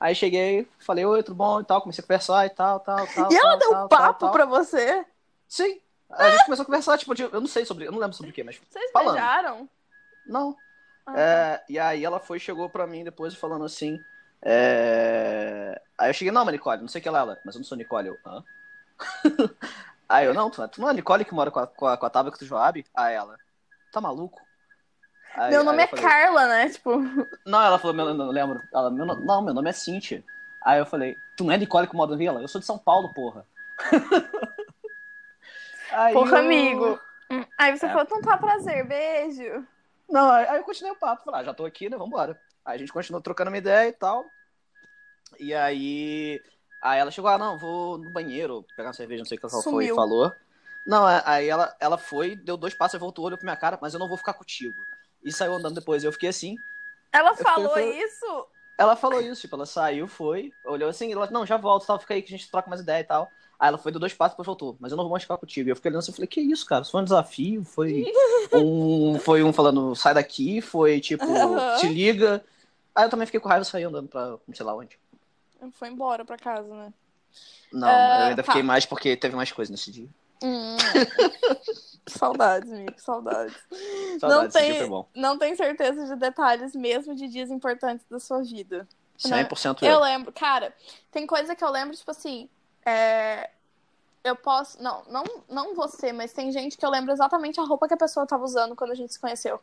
Speaker 1: Aí cheguei, falei, oi, tudo bom e tal, comecei a conversar e tal, tal, tal.
Speaker 2: E ela
Speaker 1: tal,
Speaker 2: deu
Speaker 1: tal,
Speaker 2: um papo
Speaker 1: tal, tal.
Speaker 2: pra você?
Speaker 1: Sim, a gente começou a conversar, tipo, de- eu não sei sobre, eu não lembro sobre o que, mas
Speaker 2: Vocês
Speaker 1: Tá Falando.
Speaker 2: beijaram?
Speaker 1: não.
Speaker 2: Ah,
Speaker 1: É, e aí ela foi, chegou pra mim depois falando assim, é... aí eu cheguei, não, mas Nicole, não sei o que lá, ela, mas eu não sou Nicole, eu, hã? aí eu, não, tu, tu não é a Nicole que mora com a, com a, com a Tabata do Joab? Aí ela, tá maluco?
Speaker 2: tá.
Speaker 1: Aí-
Speaker 2: Meu
Speaker 1: aí
Speaker 2: nome
Speaker 1: eu
Speaker 2: é
Speaker 1: falei,
Speaker 2: Carla, né? Tipo,
Speaker 1: Não, ela falou, meu, não lembro. Ela, meu, no- não, meu nome é Cintia. Aí eu falei, tu não é Nicole que mora no Rio? Ela, Eu sou de São Paulo, porra. Aí eu-
Speaker 2: porra, amigo. Hum. Aí você
Speaker 1: É.
Speaker 2: falou, então tá, prazer, beijo.
Speaker 1: Não, aí aí eu continuei o papo. Falei, ah, já tô aqui, né? Vambora. Aí a gente continuou trocando uma ideia e tal. E aí. Aí ela chegou, ah, não, vou no banheiro pegar uma cerveja, não sei o que ela foi
Speaker 2: Sumiu.
Speaker 1: e falou. Não, é- aí ela, ela foi, deu dois passos, voltou o olho pra minha cara, mas eu não vou ficar contigo. E saiu andando depois. Eu fiquei assim,
Speaker 2: Ela
Speaker 1: fui-
Speaker 2: falou
Speaker 1: fui-
Speaker 2: isso?
Speaker 1: Ela falou isso, tipo, ela saiu, foi, olhou assim, ela, não, já volto, tal, fica aí que a gente troca mais ideia e tal. Aí ela foi, deu dois passos, depois voltou, mas eu não vou mais ficar contigo. E eu fiquei olhando assim, eu falei, que isso, cara, isso foi um desafio, foi um, foi um falando, sai daqui, foi tipo,
Speaker 2: Aham.
Speaker 1: te liga. Aí eu também fiquei com raiva, saí andando pra, não sei lá onde.
Speaker 2: Foi embora pra casa, né?
Speaker 1: Não,
Speaker 2: Ah,
Speaker 1: eu ainda
Speaker 2: tá.
Speaker 1: fiquei mais porque teve mais coisa nesse dia.
Speaker 2: Hum. saudades, amigo, saudades.
Speaker 1: Saudades, esse
Speaker 2: tem-
Speaker 1: dia foi bom.
Speaker 2: Não tenho certeza de detalhes mesmo de dias importantes da sua vida.
Speaker 1: 100% eu.
Speaker 2: Eu lembro, cara, tem coisa que eu lembro, tipo assim, é, eu posso, não, não, não você, mas tem gente que eu lembro exatamente a roupa que a pessoa tava usando quando a gente se conheceu.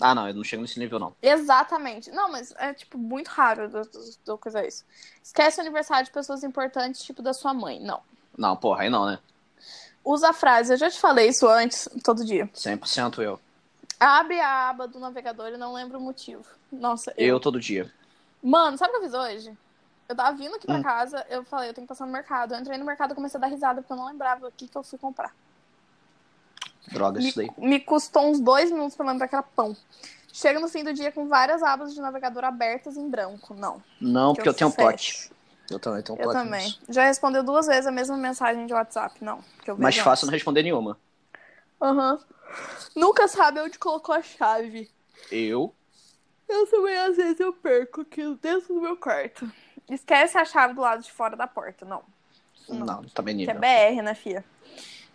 Speaker 1: Ah, não, eu não chego nesse nível, não.
Speaker 2: Exatamente. Não, mas é, tipo, muito raro do, do, do coisa isso. Esquece o aniversário de pessoas importantes, tipo da sua mãe. Não.
Speaker 1: Não, porra, aí não, né?
Speaker 2: Usa a frase, eu já te falei isso antes, todo dia.
Speaker 1: 100% eu.
Speaker 2: Abre a aba do navegador e não lembro o motivo. Nossa, eu.
Speaker 1: Eu todo dia.
Speaker 2: Mano, sabe o que eu fiz hoje? Eu tava vindo aqui pra
Speaker 1: Hum.
Speaker 2: casa, eu falei, eu tenho que passar no mercado. Eu entrei no mercado e comecei a dar risada, porque eu não lembrava o que, que eu fui comprar.
Speaker 1: Droga, isso daí.
Speaker 2: Me custou uns dois minutos pra lembrar que era pão. Chega no fim do dia com várias abas de navegador abertas em branco. Não.
Speaker 1: Não, porque eu tenho um pote.
Speaker 2: fecho.
Speaker 1: Eu também tenho um
Speaker 2: Eu
Speaker 1: pote.
Speaker 2: também.
Speaker 1: nisso.
Speaker 2: Já respondeu duas vezes a mesma mensagem de WhatsApp, não. Que eu vejo
Speaker 1: Mais
Speaker 2: antes.
Speaker 1: fácil não responder nenhuma.
Speaker 2: Aham. Nunca sabe onde colocou a chave.
Speaker 1: Eu?
Speaker 2: Eu também, às vezes, eu perco aqui dentro do meu quarto. Esquece a chave do lado de fora da porta, não.
Speaker 1: Não, também
Speaker 2: Que é
Speaker 1: nível.
Speaker 2: BR, né, Fia?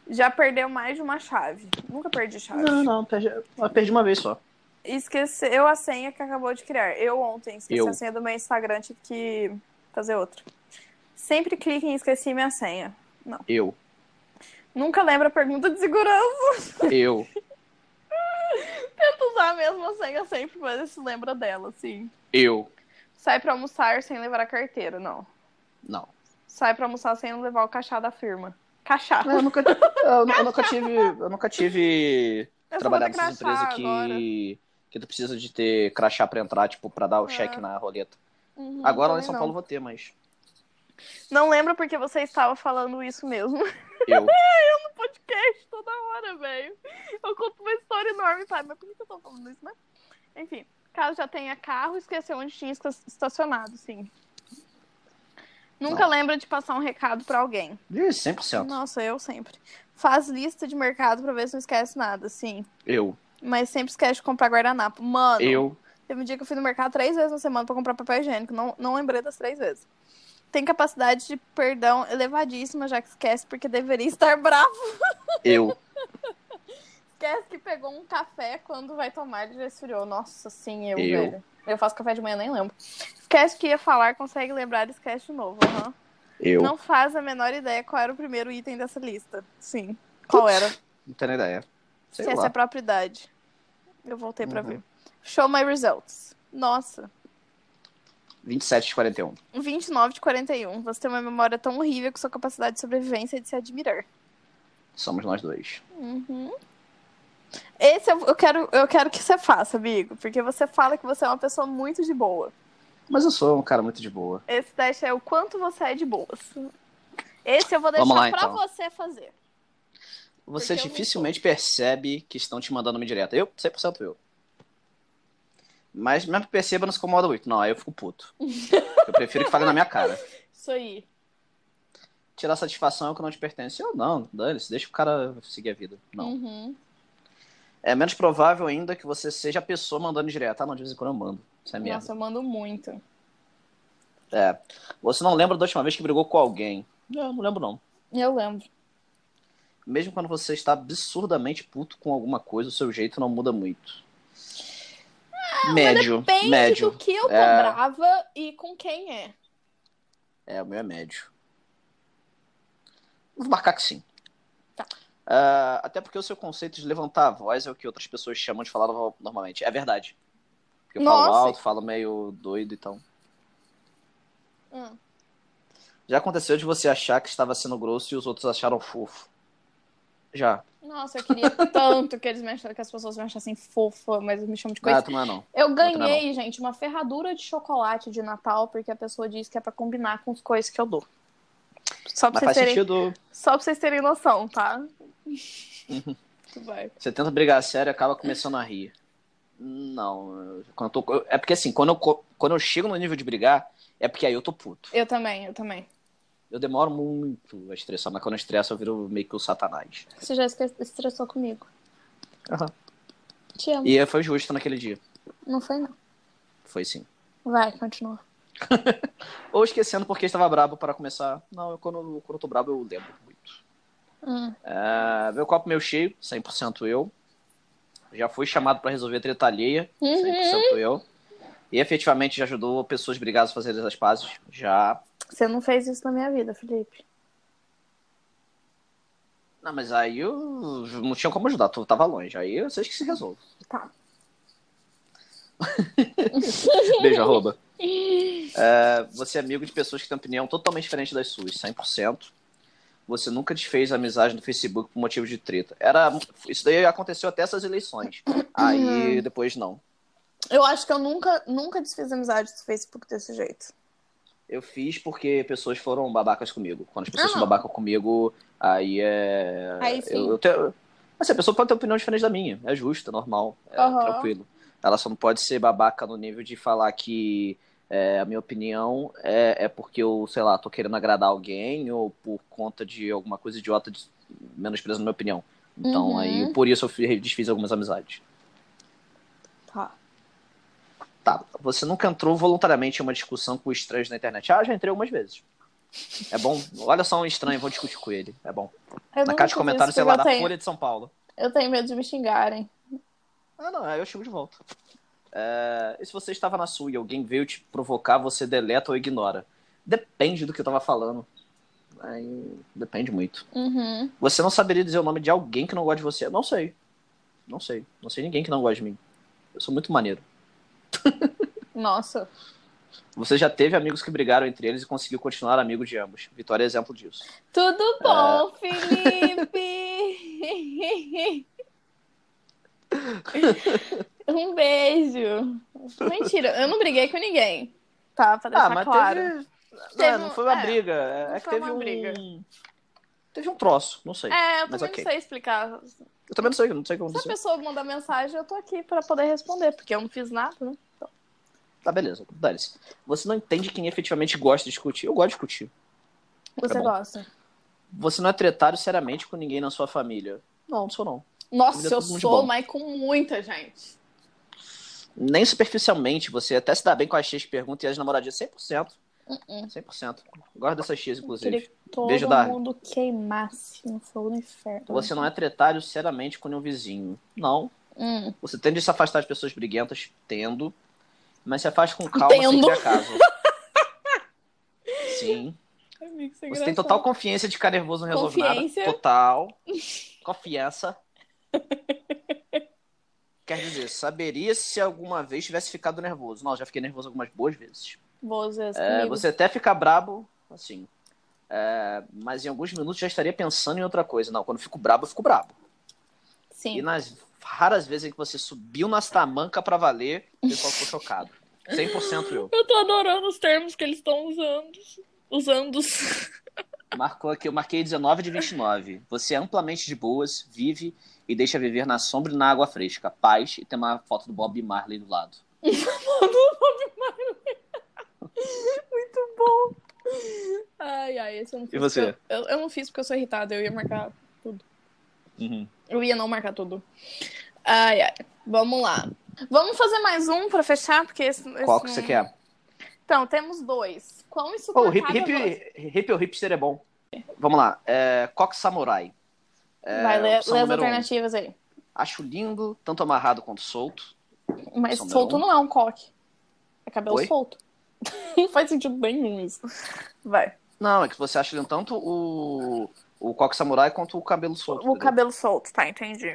Speaker 2: Já perdeu mais de uma chave. Nunca perdi chave.
Speaker 1: Não, não, perdi, eu perdi uma vez só.
Speaker 2: Esqueceu a senha que acabou de criar. Eu ontem esqueci
Speaker 1: Eu.
Speaker 2: a senha do meu Instagram, tive que fazer outra. Sempre clique em esqueci minha senha.
Speaker 1: Eu.
Speaker 2: Nunca lembra a pergunta de segurança.
Speaker 1: Eu.
Speaker 2: Tenta usar a mesma senha sempre, mas se lembra dela, assim.
Speaker 1: Eu.
Speaker 2: Sai pra almoçar sem levar a carteira, não.
Speaker 1: Não.
Speaker 2: Sai pra almoçar sem levar o cachá da firma. Cachá.
Speaker 1: É, Eu nunca, eu, eu nunca tive. Eu nunca tive.
Speaker 2: Eu sou
Speaker 1: trabalhado
Speaker 2: do
Speaker 1: nessas
Speaker 2: crachá
Speaker 1: empresas
Speaker 2: agora.
Speaker 1: que. Que tu precisa de ter crachá pra entrar, tipo, pra dar o
Speaker 2: Ah.
Speaker 1: cheque na roleta.
Speaker 2: Uhum,
Speaker 1: Agora lá em
Speaker 2: também
Speaker 1: São
Speaker 2: não.
Speaker 1: Paulo eu vou ter, mas.
Speaker 2: Não lembro porque você estava falando isso mesmo.
Speaker 1: Eu.
Speaker 2: podcast toda hora, velho. Eu conto uma história enorme, sabe? Mas por que que eu tô falando isso, né? Enfim, caso já tenha carro, esqueceu onde tinha esta- estacionado, sim. Nunca lembra de passar um recado pra alguém.
Speaker 1: Ih, 100%.
Speaker 2: Nossa, eu sempre. Faz lista de mercado pra ver se não esquece nada, sim.
Speaker 1: Eu.
Speaker 2: Mas sempre esquece de comprar guardanapo. Mano,
Speaker 1: Eu.
Speaker 2: teve um dia que eu fui no mercado três vezes na semana pra comprar papel higiênico. Não, não lembrei das três vezes. Tem capacidade de perdão elevadíssima, já que esquece porque deveria estar bravo.
Speaker 1: Eu.
Speaker 2: Esquece que pegou um café quando vai tomar, ele já esfriou. Nossa, sim, eu,
Speaker 1: Eu?
Speaker 2: velho. Eu faço café de manhã, nem lembro. Esquece que ia falar, consegue lembrar, esquece de novo. aham.
Speaker 1: Eu. Não
Speaker 2: Não faz a menor ideia qual era o primeiro item dessa lista. Sim. Qual era?
Speaker 1: tenho ideia. Sei
Speaker 2: Esquece
Speaker 1: lá.
Speaker 2: a própria idade. Eu voltei pra
Speaker 1: Uhum.
Speaker 2: ver. Show my results. Nossa.
Speaker 1: 27 de 41.
Speaker 2: um 29 de 41. Você tem uma memória tão horrível que sua capacidade de sobrevivência é de se admirar.
Speaker 1: Somos nós dois.
Speaker 2: Uhum. Esse eu, eu quero, eu quero que você faça, amigo. Porque você fala que você é uma pessoa muito de boa.
Speaker 1: Mas eu sou um cara muito de boa.
Speaker 2: Esse teste é o quanto você é de boas. Esse eu vou deixar
Speaker 1: Vamos lá,
Speaker 2: pra
Speaker 1: então.
Speaker 2: você fazer.
Speaker 1: Você
Speaker 2: Porque é um eu não
Speaker 1: dificilmente percebe que estão te mandando uma direta. Eu, 100% eu. Mas mesmo que perceba, não se incomoda muito. Não, aí eu fico puto. Eu prefiro que fale na minha cara.
Speaker 2: Isso aí.
Speaker 1: Tirar satisfação é o que não te pertence. Eu não, dane-se, deixa o cara seguir a vida. Não.
Speaker 2: Uhum.
Speaker 1: É menos provável ainda que você seja a pessoa mandando direta. Ah, não, de vez em quando eu mando. Isso é merda.
Speaker 2: Nossa, eu mando muito.
Speaker 1: É. Você não lembra da última vez que brigou com alguém? Não, não lembro não.
Speaker 2: Eu lembro.
Speaker 1: Mesmo quando você está absurdamente puto com alguma coisa, o seu jeito não muda muito. médio,
Speaker 2: Ah, Depende
Speaker 1: médio.
Speaker 2: do que eu tô
Speaker 1: É.
Speaker 2: brava e com quem é.
Speaker 1: É, o meu é médio. Vou marcar que sim.
Speaker 2: Tá.
Speaker 1: Ah, até porque o seu conceito de levantar a voz é o que outras pessoas chamam de falar no- normalmente. É verdade. Porque eu falo
Speaker 2: Nossa.
Speaker 1: alto, falo meio doido, então.
Speaker 2: Hum.
Speaker 1: Já aconteceu de você achar que estava sendo grosso e os outros acharam fofo? Já.
Speaker 2: Nossa, eu queria tanto que eles me achassem, que as pessoas me achassem fofa, mas eles me chamam de coisa.
Speaker 1: Ah, tu não é não.
Speaker 2: eu
Speaker 1: também
Speaker 2: ganhei, gente, uma ferradura de chocolate de Natal, porque a pessoa diz que é pra combinar com as coisas que eu dou. Só pra,
Speaker 1: Mas
Speaker 2: vocês
Speaker 1: faz
Speaker 2: terem,
Speaker 1: sentido.
Speaker 2: só pra vocês terem noção, tá?
Speaker 1: Uhum.
Speaker 2: Tudo bem.
Speaker 1: Você tenta brigar sério e acaba começando a rir. Não. eu- Quando eu tô- eu- é porque assim, quando eu, co- quando eu chego no nível de brigar, é porque aí eu tô puto.
Speaker 2: Eu também, eu também.
Speaker 1: Eu demoro muito a estressar, mas quando eu estresso eu viro meio que o satanás.
Speaker 2: Você já esque- estressou comigo.
Speaker 1: Aham.
Speaker 2: Te amo.
Speaker 1: E foi justo naquele dia.
Speaker 2: Não foi, não.
Speaker 1: Foi sim.
Speaker 2: Vai, continua.
Speaker 1: Ou esquecendo porque estava brabo para começar. Não, eu, quando, quando eu tô brabo eu lembro muito.
Speaker 2: Hum.
Speaker 1: Ah, meu copo meio cheio, 100% eu. Já fui chamado para resolver treta alheia,
Speaker 2: Uhum.
Speaker 1: 100% eu. E efetivamente já ajudou pessoas brigadas a fazerem as pazes. Já.
Speaker 2: Você não fez isso na minha vida, Felipe.
Speaker 1: Não, mas aí eu não tinha como ajudar, tu tava longe. Aí vocês que se resolvem.
Speaker 2: Tá.
Speaker 1: Beijo, arroba. É, você é amigo de pessoas que têm opinião totalmente diferente das suas, 100%. Você nunca desfez a amizade no Facebook por motivo de treta. Era, isso daí aconteceu até essas eleições. Aí depois não.
Speaker 2: Eu acho que eu nunca, nunca desfiz amizade do Facebook desse jeito.
Speaker 1: Eu fiz porque pessoas foram babacas comigo. Quando as pessoas
Speaker 2: Ah,
Speaker 1: são
Speaker 2: não.
Speaker 1: babacas comigo, aí é.
Speaker 2: Aí sim.
Speaker 1: Eu, eu tenho- Assim, a pessoa pode ter opinião diferente da minha. É justo, é normal, é
Speaker 2: Aham.
Speaker 1: tranquilo. Ela só não pode ser babaca no nível de falar que é, a minha opinião é, é porque eu, sei lá, tô querendo agradar alguém ou por conta de alguma coisa idiota de menosprezando a minha opinião. Então,
Speaker 2: Uhum.
Speaker 1: aí por isso eu fi- desfiz algumas amizades.
Speaker 2: Tá.
Speaker 1: Tá, você nunca entrou voluntariamente em uma discussão com estranhos na internet? Ah, já entrei algumas vezes. É bom. Olha só um estranho, vou discutir com ele. É bom.
Speaker 2: Eu
Speaker 1: Na
Speaker 2: nunca
Speaker 1: caixa
Speaker 2: fiz
Speaker 1: de comentários,
Speaker 2: isso,
Speaker 1: sei lá,
Speaker 2: porque
Speaker 1: da
Speaker 2: eu tenho-
Speaker 1: Folha de São Paulo.
Speaker 2: Eu tenho medo de me xingarem.
Speaker 1: Ah, não, aí eu chego de volta. É, E se você estava na sua e alguém veio te provocar, você deleta ou ignora? Depende do que eu tava falando. Aí, depende muito.
Speaker 2: Uhum.
Speaker 1: Você não saberia dizer o nome de alguém que não gosta de você? Eu Não sei. Não sei. Não sei ninguém que não gosta de mim. Eu sou muito maneiro.
Speaker 2: Nossa.
Speaker 1: Você já teve amigos que brigaram entre eles e conseguiu continuar amigo de ambos. Vitória é exemplo disso.
Speaker 2: Tudo bom,
Speaker 1: É.
Speaker 2: Felipe? um beijo. Mentira, eu não briguei com ninguém. Tá, pra deixar claro.
Speaker 1: Ah, teve...
Speaker 2: Teve
Speaker 1: é,
Speaker 2: um-
Speaker 1: não foi uma
Speaker 2: é,
Speaker 1: briga. É,
Speaker 2: não
Speaker 1: é que
Speaker 2: foi
Speaker 1: teve
Speaker 2: uma
Speaker 1: um.
Speaker 2: briga.
Speaker 1: Teve um troço, não sei.
Speaker 2: É, eu
Speaker 1: Mas
Speaker 2: também
Speaker 1: ok.
Speaker 2: não sei explicar. Se
Speaker 1: Eu também não sei, não sei o que
Speaker 2: a
Speaker 1: aconteceu.
Speaker 2: pessoa mandar mensagem, eu tô aqui pra poder responder, porque eu não fiz nada, né?
Speaker 1: Tá, beleza. Dane-se. Você não entende quem efetivamente gosta de discutir. Eu gosto de discutir.
Speaker 2: Você
Speaker 1: bom.
Speaker 2: gosta.
Speaker 1: Você não é tretado seriamente com ninguém na sua família. Não, não sou não. Mas
Speaker 2: Nossa,
Speaker 1: é
Speaker 2: eu
Speaker 1: tudo muito
Speaker 2: sou,
Speaker 1: bom.
Speaker 2: mas com muita gente.
Speaker 1: Nem superficialmente. Você até se dá bem com as X perguntas e as namoradinhas. 100%. 100%. Gosto dessas X, inclusive.
Speaker 2: Uh-uh. Queria que todo
Speaker 1: Beijo, Darwin.
Speaker 2: mundo queimasse no fogo do inferno.
Speaker 1: Você não é tretado seriamente com nenhum vizinho. Não.
Speaker 2: Hum.
Speaker 1: Você tende a se afastar de pessoas briguentas, tendo. Mas se afasta com calma, sem
Speaker 2: Tendo.
Speaker 1: criar caso. Sim.
Speaker 2: Amigo, isso
Speaker 1: Você
Speaker 2: é
Speaker 1: tem
Speaker 2: engraçado.
Speaker 1: total confiança de ficar nervoso não resolve
Speaker 2: Confiança.
Speaker 1: nada. Total. Confiança. Quer dizer, saberia se alguma vez tivesse ficado nervoso. Não, já fiquei nervoso algumas boas vezes.
Speaker 2: Boas vezes
Speaker 1: É,
Speaker 2: comigo.
Speaker 1: você até fica brabo, assim. É, mas em alguns minutos já estaria pensando em outra coisa. Não, quando eu fico brabo, eu fico brabo.
Speaker 2: Sim.
Speaker 1: E nas raras vezes em que você subiu nas tamancas pra valer, o pessoal ficou chocado. 100% eu.
Speaker 2: Eu tô adorando os termos que eles estão usando. Usando.
Speaker 1: Marcou aqui, eu marquei 19 de 29. Você é amplamente de boas, vive e deixa viver na sombra e na água fresca. Paz e tem uma foto do Bob Marley do lado.
Speaker 2: Muito bom. Ai, ai, esse eu não fiz.
Speaker 1: E você?
Speaker 2: porque Eu, eu- eu não fiz porque eu sou irritada, eu ia marcar.
Speaker 1: Uhum.
Speaker 2: Eu ia não marcar tudo. Ai, ai. Vamos lá. Vamos fazer mais um pra fechar, porque esse.
Speaker 1: Qual
Speaker 2: esse
Speaker 1: que
Speaker 2: não- é.
Speaker 1: você quer?
Speaker 2: Então, temos dois. Quão
Speaker 1: Pô,
Speaker 2: insuportável
Speaker 1: o hip, hip,
Speaker 2: você-
Speaker 1: hip ou hipster é bom. Vamos lá. É, Coque Samurai. É,
Speaker 2: Vai, lê,
Speaker 1: opção
Speaker 2: lê as
Speaker 1: número um.
Speaker 2: alternativas aí.
Speaker 1: Acho lindo, tanto amarrado quanto solto.
Speaker 2: Mas
Speaker 1: Opção
Speaker 2: solto
Speaker 1: número
Speaker 2: não é um coque. É cabelo
Speaker 1: Oi?
Speaker 2: solto. não faz sentido nenhum isso. Vai.
Speaker 1: Não, é que você acha lindo tanto o, o coque samurai quanto o cabelo solto.
Speaker 2: O
Speaker 1: entendeu?
Speaker 2: cabelo solto, tá, entendi.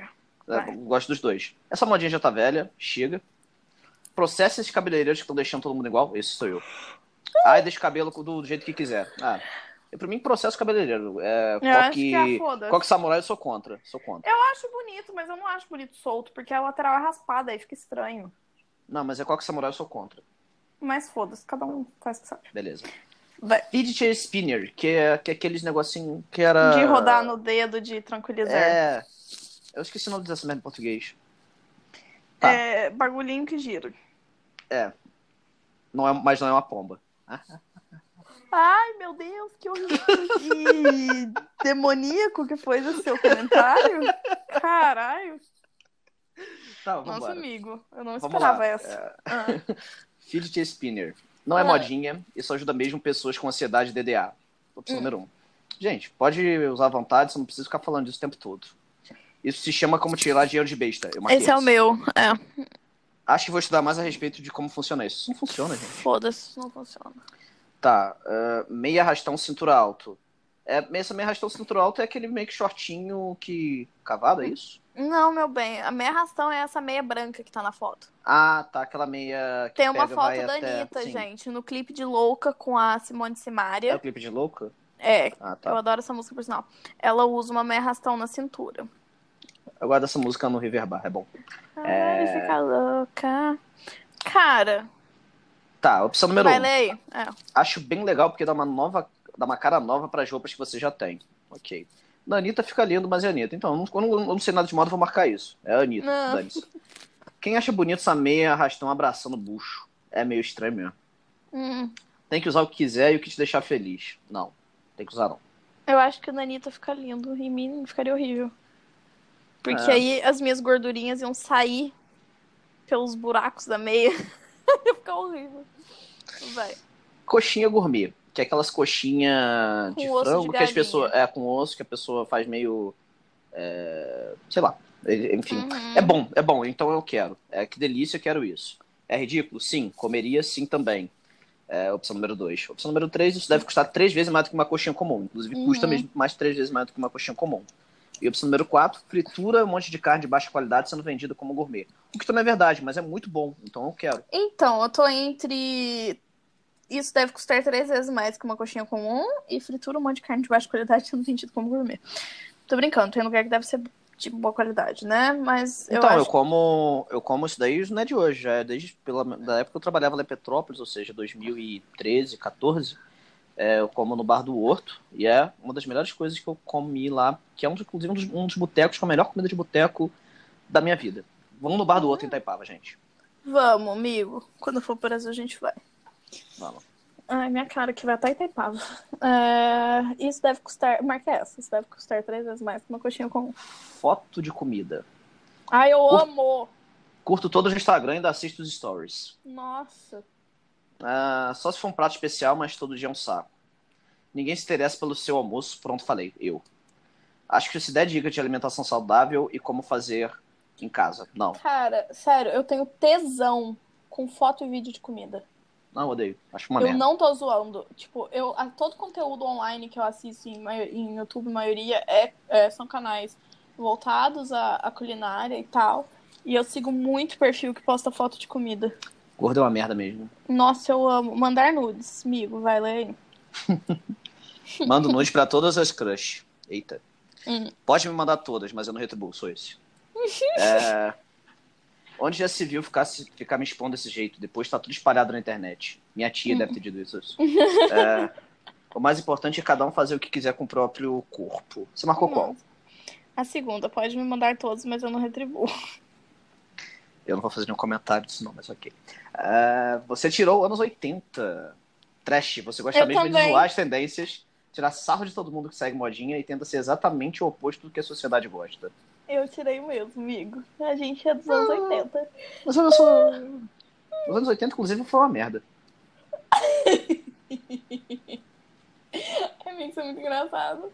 Speaker 1: É, eu gosto dos dois. Essa modinha já tá velha, chega. Processa esses cabeleireiros que estão deixando todo mundo igual. Esse sou eu. Ai, deixa o cabelo do, do jeito que quiser. Ah, eu, pra mim, processo cabeleireiro. É,
Speaker 2: Eu acho
Speaker 1: coque,
Speaker 2: que é, foda-se.
Speaker 1: coque samurai eu sou contra. Sou contra.
Speaker 2: Eu acho bonito, mas eu não acho bonito solto, porque a lateral é raspada, aí fica estranho.
Speaker 1: Não, mas é coque samurai eu sou contra.
Speaker 2: Mas foda-se, cada um faz o que sabe.
Speaker 1: Beleza.
Speaker 2: Vai.
Speaker 1: Fidget spinner, que é, que é aqueles negocinho que era...
Speaker 2: De rodar no dedo, de tranquilizar.
Speaker 1: Ah. É... Eu esqueci o nome dessa merda em português. tá.
Speaker 2: É, bagulhinho que gira.
Speaker 1: Não é, mas não é uma pomba.
Speaker 2: Ai, meu Deus, que horrível. E demoníaco que foi o seu comentário. Caralho.
Speaker 1: Tá,
Speaker 2: Nossa,
Speaker 1: vambora.
Speaker 2: amigo, eu não
Speaker 1: Vamos
Speaker 2: esperava
Speaker 1: lá.
Speaker 2: essa. Ah.
Speaker 1: Fidget Spinner. Não é
Speaker 2: Ah.
Speaker 1: modinha, isso ajuda mesmo pessoas com ansiedade e DDA. Opção
Speaker 2: Hum.
Speaker 1: número Um. Gente, pode usar à vontade, você não precisa ficar falando disso o tempo todo. Isso se chama como tirar dinheiro de besta. Eu marquei
Speaker 2: Esse é o
Speaker 1: essa.
Speaker 2: meu. É,
Speaker 1: Acho que vou estudar mais a respeito de como funciona isso. Isso não funciona, gente.
Speaker 2: foda-se, não funciona.
Speaker 1: Tá. ah, meia arrastão, cintura alto. É, essa meia arrastão, cintura alto é aquele meio que shortinho que. cavado, é isso?
Speaker 2: Não, meu bem, a meia arrastão é essa meia branca que tá na foto.
Speaker 1: Ah, tá. Aquela meia. Que
Speaker 2: Tem uma
Speaker 1: pega,
Speaker 2: foto
Speaker 1: vai
Speaker 2: da
Speaker 1: até...
Speaker 2: Anitta,
Speaker 1: Sim.
Speaker 2: gente, no clipe de Louca com a Simone
Speaker 1: É o
Speaker 2: Simaria.
Speaker 1: clipe de louca?
Speaker 2: É,
Speaker 1: Ah, tá.
Speaker 2: eu adoro essa música, por sinal. Ela usa uma meia arrastão na cintura.
Speaker 1: Eu guardo essa música no Riverbar, é bom.
Speaker 2: Ai,
Speaker 1: É.
Speaker 2: fica louca. Cara,
Speaker 1: Tá, opção número
Speaker 2: vai
Speaker 1: um.
Speaker 2: ler aí. É.
Speaker 1: Acho bem legal porque dá uma nova, dá uma cara nova para as roupas que você já tem. Ok. Na Anitta fica lindo, mas é Anitta. Então, eu não, eu não- eu não sei nada de moda, vou marcar isso. É a Anitta,
Speaker 2: Não.
Speaker 1: dane-se. Quem acha bonito essa meia arrastão abraçando o bucho? É meio estranho mesmo.
Speaker 2: Hum,
Speaker 1: Tem que usar o que quiser e o que te deixar feliz. Não, tem que usar não.
Speaker 2: eu acho que o Nanita fica lindo. Em mim ficaria horrível. Porque
Speaker 1: É.
Speaker 2: aí as minhas gordurinhas iam sair pelos buracos da meia. Ia ficar horrível. Vai.
Speaker 1: Coxinha gourmet, que é aquelas coxinhas de
Speaker 2: Com osso de
Speaker 1: frango que as
Speaker 2: galinha.
Speaker 1: pessoas. É, com osso que a pessoa faz meio. é, sei lá. Enfim.
Speaker 2: Uhum.
Speaker 1: É bom, é bom, então eu quero. É, que delícia, eu quero isso. É ridículo? Sim. Comeria? Sim, também. É, opção número 2. Opção número 3, isso deve custar três vezes mais do que uma coxinha comum. Inclusive,
Speaker 2: Uhum.
Speaker 1: custa mesmo mais três vezes mais do que uma coxinha comum. E opção número 4, fritura um monte de carne de baixa qualidade sendo vendida como gourmet. O que também é verdade, mas é muito bom, então eu quero.
Speaker 2: Então, eu tô entre. Isso deve custar três vezes mais que uma coxinha comum e fritura um monte de carne de baixa qualidade sendo vendido como gourmet. Tô brincando, tem lugar que deve ser de boa qualidade, né? Mas eu
Speaker 1: Então, eu,
Speaker 2: acho.
Speaker 1: como eu como isso daí não é de hoje, já é desde pela da época que eu trabalhava lá em Petrópolis, ou seja, 2013, 14. é, eu como no Bar do Horto e é uma das melhores coisas que eu comi lá, que é um, inclusive um dos, um dos botecos com a melhor comida de boteco da minha vida. Vamos no Bar do
Speaker 2: Uhum.
Speaker 1: Horto em Itaipava, gente.
Speaker 2: Vamos, amigo. Quando for pro Brasil, a gente vai.
Speaker 1: Vamos.
Speaker 2: Ai, minha cara, que vai até Itaipava. É, Isso deve custar. Marca essa. Isso deve custar três vezes mais que uma coxinha comum.
Speaker 1: Foto de comida.
Speaker 2: Ai, eu
Speaker 1: Por-
Speaker 2: amo!
Speaker 1: Curto todo o Instagram e ainda assisto os stories.
Speaker 2: Nossa.
Speaker 1: Ah, só se for um prato especial, mas todo dia é um saco. Ninguém se interessa pelo seu almoço, pronto, falei, eu. Acho que se der dica de alimentação saudável e como fazer em casa. Não,
Speaker 2: Cara, sério, eu tenho tesão com foto e vídeo de comida.
Speaker 1: não odeio. Acho uma
Speaker 2: eu
Speaker 1: merda.
Speaker 2: não tô zoando. Tipo, eu, a- todo conteúdo online que eu assisto em, maio- em YouTube, maioria, é, é- são canais voltados à, à culinária e tal. E eu sigo muito perfil que posta foto de comida.
Speaker 1: Gordo é uma merda mesmo.
Speaker 2: Nossa, eu amo. Mandar nudes, amigo, vai ler aí.
Speaker 1: Mando nude pra todas as crush. Eita.
Speaker 2: Hum.
Speaker 1: Pode me mandar todas, mas eu não retribuo, sou esse. É, Onde já se viu ficar, se- ficar me
Speaker 2: Hum.
Speaker 1: expondo desse jeito? Depois tá tudo espalhado na internet. Minha tia deve ter dito isso. É, O mais importante é cada um fazer o que quiser com o próprio corpo. Você marcou qual?
Speaker 2: A segunda, pode me mandar todos, mas eu não retribuo.
Speaker 1: Eu não vou fazer nenhum comentário disso, não, mas ok. Ah, você tirou anos 80. Trash, você gosta
Speaker 2: Eu
Speaker 1: mesmo de
Speaker 2: também.
Speaker 1: zoar as tendências, tirar sarro de todo mundo que segue modinha e tenta ser exatamente o oposto do que a sociedade gosta.
Speaker 2: Eu tirei mesmo, amigo. A gente é dos anos
Speaker 1: Ah.
Speaker 2: 80.
Speaker 1: Mas olha só. Os anos 80, inclusive, foi uma merda.
Speaker 2: Amigo, isso é muito engraçado.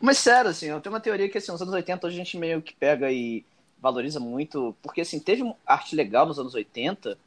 Speaker 1: Mas sério, assim, eu tenho uma teoria que assim, os anos 80 hoje a gente meio que pega e valoriza muito, porque assim, teve arte legal nos anos 80,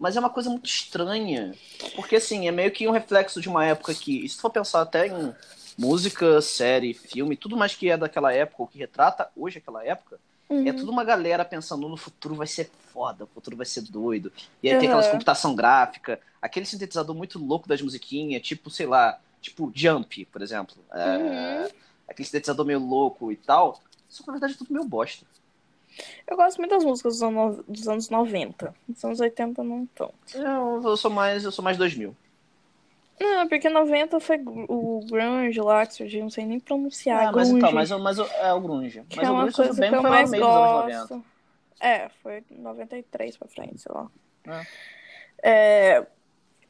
Speaker 1: mas é uma coisa muito estranha. Porque assim, é meio que um reflexo de uma época que, e se tu for pensar até em música, série, filme, tudo mais que é daquela época, ou que retrata hoje aquela época,
Speaker 2: Uhum.
Speaker 1: é tudo uma galera pensando no futuro vai ser foda, o futuro vai ser doido. E aí tem aquelas
Speaker 2: Uhum.
Speaker 1: computação gráfica, aquele sintetizador muito louco das musiquinhas, tipo, sei lá, tipo Jump, por exemplo. É,
Speaker 2: Uhum.
Speaker 1: Aquele sintetizador meio louco e tal. Só que na verdade é tudo meio bosta.
Speaker 2: Eu gosto muito das músicas dos anos, dos anos 90. Dos anos 80 não tanto.
Speaker 1: Eu, eu sou mais, eu sou mais 2000.
Speaker 2: Não, Ah, porque 90 foi gr- o grunge lá que surgiu, não sei nem pronunciar.
Speaker 1: Ah, mas
Speaker 2: É grunge,
Speaker 1: então, mas, eu- mas eu- é o grunge.
Speaker 2: que
Speaker 1: Mas
Speaker 2: é
Speaker 1: o
Speaker 2: uma
Speaker 1: grunge
Speaker 2: coisa
Speaker 1: tudo bem
Speaker 2: que eu
Speaker 1: foi lá
Speaker 2: mais
Speaker 1: meio dos anos 90.
Speaker 2: gosto. É, foi 93 pra frente, sei lá.
Speaker 1: É.
Speaker 2: É,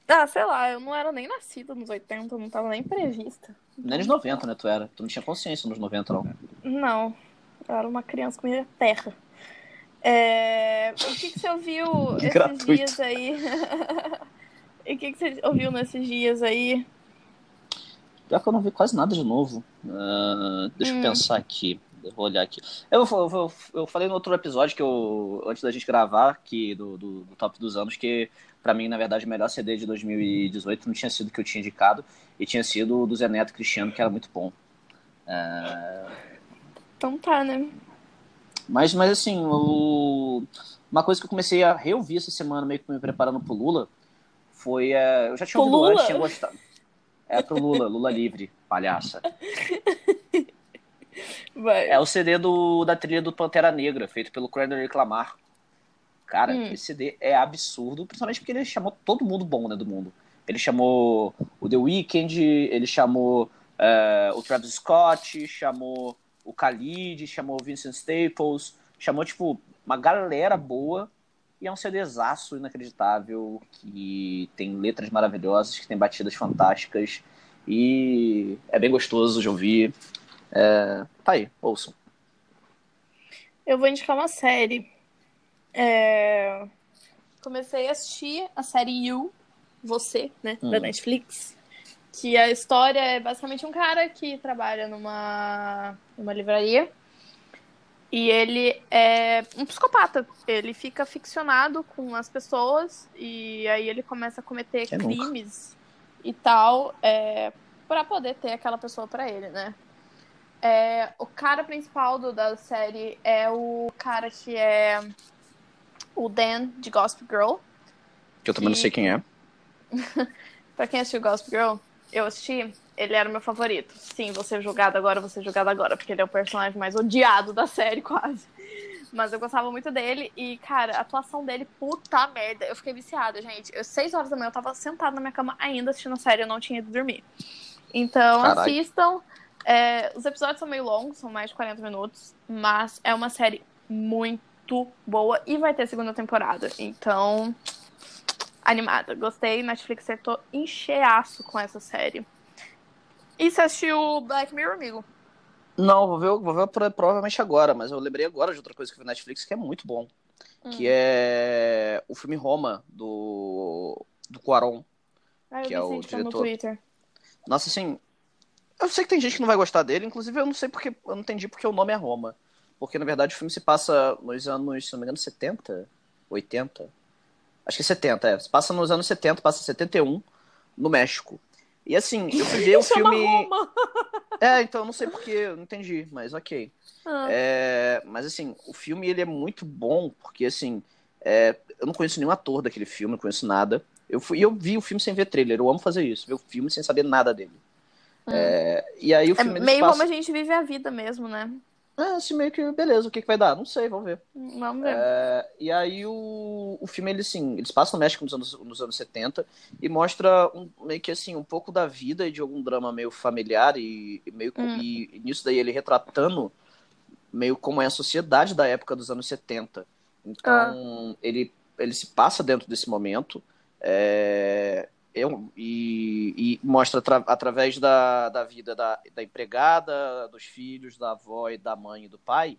Speaker 2: Ah, sei lá, eu não era nem nascida nos 80, não tava nem prevista.
Speaker 1: Nem nos 90, né, tu era. Tu não tinha consciência nos 90, não.
Speaker 2: Não, eu era uma criança que comia terra. É, O que, que você ouviu esses
Speaker 1: Gratuito.
Speaker 2: dias aí? E o que, que você ouviu nesses dias aí?
Speaker 1: Pior que eu não vi quase nada de novo. Ah, deixa
Speaker 2: Hum.
Speaker 1: eu pensar aqui. Eu vou olhar aqui. Eu, eu, eu, eu falei no outro episódio que eu. Antes da gente gravar, que do, do, do top dos anos, que pra mim, na verdade, o melhor CD de 2018 não tinha sido o que eu tinha indicado. E tinha sido o do Zé Neto Cristiano, que era muito bom.
Speaker 2: Então tá, né?
Speaker 1: Mas, mas assim, o- uma coisa que eu comecei a reouvir essa semana, meio que me preparando pro Lula, foi. eh, eu já tinha
Speaker 2: Pro
Speaker 1: ouvido
Speaker 2: Lula?
Speaker 1: antes, tinha gostado. É pro Lula, Lula livre, palhaça.
Speaker 2: Vai.
Speaker 1: É o CD do, da trilha do Pantera Negra, feito pelo Kendrick Lamar. Cara,
Speaker 2: Hum.
Speaker 1: esse CD é absurdo, principalmente porque ele chamou todo mundo bom, né, do mundo. Ele chamou o The Weeknd, ele chamou é, o Travis Scott, chamou o Khalid, chamou o Vincent Staples, chamou, tipo, uma galera boa. E é um CDzaço inacreditável, que tem letras maravilhosas, que tem batidas fantásticas. E é bem gostoso de ouvir. É, tá aí, ouçam.
Speaker 2: Eu vou indicar uma série. É, Comecei a assistir a série You, Você, né? Da
Speaker 1: Hum.
Speaker 2: Netflix. Que a história é basicamente um cara que trabalha numa, numa livraria. E ele é um psicopata. Ele fica ficcionado com as pessoas e aí ele começa a cometer
Speaker 1: Quem nunca?
Speaker 2: crimes e tal é, para poder ter aquela pessoa pra ele, né? É, o cara principal do, da série é o cara que é o Dan de Gossip Girl.
Speaker 1: Que eu também não
Speaker 2: E-
Speaker 1: sei quem é.
Speaker 2: Pra quem assistiu Gossip Girl, eu assisti, ele era o meu favorito. Sim, você é julgado agora, você julgado agora, porque ele é o personagem mais odiado da série, quase. Mas eu gostava muito dele e, cara, a atuação dele, puta merda. Eu fiquei viciada, gente. Eu, seis horas da manhã, eu tava sentada na minha cama ainda assistindo a série, eu não tinha ido dormir. Então,
Speaker 1: Caralho.
Speaker 2: assistam. É, os episódios são meio longos, são mais de 40 minutos, mas é uma série muito boa e vai ter segunda temporada. Então, animada. Gostei, Netflix acertou encheaço com essa série. E você assistiu Black Mirror, amigo?
Speaker 1: Não, vou ver, vou ver pro- provavelmente agora, mas eu lembrei agora de outra coisa que eu vi na Netflix que é muito bom.
Speaker 2: Hum.
Speaker 1: Que é o filme Roma, do, do Cuarón.
Speaker 2: Ah, eu
Speaker 1: que
Speaker 2: vi
Speaker 1: é
Speaker 2: essa
Speaker 1: o
Speaker 2: indicação no
Speaker 1: diretor.
Speaker 2: Twitter.
Speaker 1: Nossa, assim, eu sei que tem gente que não vai gostar dele, inclusive eu não sei porque, eu não entendi porque o nome é Roma. Porque, na verdade, o filme se passa nos anos, se não me engano, 70, 80? Acho que é 70, é. Se passa nos anos 70, passa em 71, no México. E, assim, eu fui ver o
Speaker 2: Chama
Speaker 1: filme...
Speaker 2: é Roma.
Speaker 1: É, então, eu não sei porque, eu não entendi, mas ok.
Speaker 2: Ah.
Speaker 1: É, mas assim, o filme ele é muito bom, porque assim, é, eu não conheço nenhum ator daquele filme, não conheço nada. Eu fui, e eu vi o filme sem ver trailer, eu amo fazer isso, ver o filme sem saber nada dele. É, e aí o
Speaker 2: É
Speaker 1: filme ele se
Speaker 2: meio
Speaker 1: passa-
Speaker 2: como a gente vive a vida mesmo, né?
Speaker 1: é, É, assim, meio que, beleza, o que, que vai dar? Não sei, vamos ver.
Speaker 2: Vamos ver.
Speaker 1: É, e aí o, o filme, ele assim, eles passam no México nos anos, nos anos 70 e mostra um, meio que assim, um pouco da vida e de algum drama meio familiar e, e meio
Speaker 2: Hum.
Speaker 1: e, e nisso daí ele retratando meio como é a sociedade da época dos anos 70. Então, ele, ele se passa dentro desse momento é, é um- e, e mostra atra- através da, da vida da, da empregada, dos filhos, da avó e da mãe e do pai,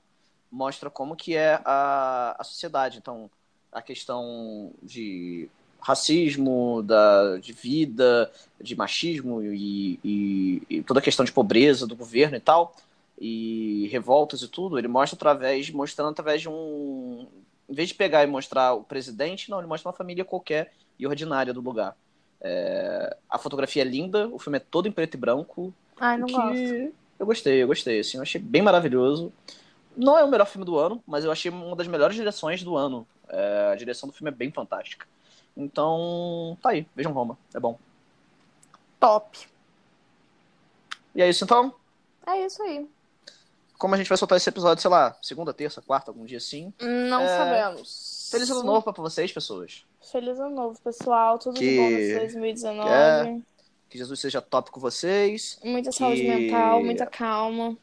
Speaker 1: mostra como que é a, a sociedade. Então, a questão de racismo, da, de vida, de machismo e, e- e toda a questão de pobreza do governo e tal, e revoltas e tudo, ele mostra através, mostrando através de um. Em vez de pegar e mostrar o presidente, não, ele mostra uma família qualquer e ordinária do lugar. É, a fotografia é linda, o filme é todo em preto e branco,
Speaker 2: Ai, não
Speaker 1: que
Speaker 2: gosto.
Speaker 1: Eu gostei, eu gostei, assim, eu achei bem maravilhoso. Não é o melhor filme do ano, mas eu achei uma das melhores direções do ano. É, a direção do filme é bem fantástica. Então, tá aí, vejam Roma, é bom.
Speaker 2: Top.
Speaker 1: E é isso então.
Speaker 2: É isso aí.
Speaker 1: Como a gente vai soltar esse episódio, sei lá, segunda, terça, quarta, algum dia assim.
Speaker 2: Não
Speaker 1: É,
Speaker 2: sabemos.
Speaker 1: Feliz ano novo pra vocês, pessoas.
Speaker 2: Feliz ano novo, pessoal. Tudo
Speaker 1: Que-
Speaker 2: de bom nesse 2019.
Speaker 1: Que Jesus seja top com vocês.
Speaker 2: Muita saúde
Speaker 1: é, que-
Speaker 2: mental, muita calma.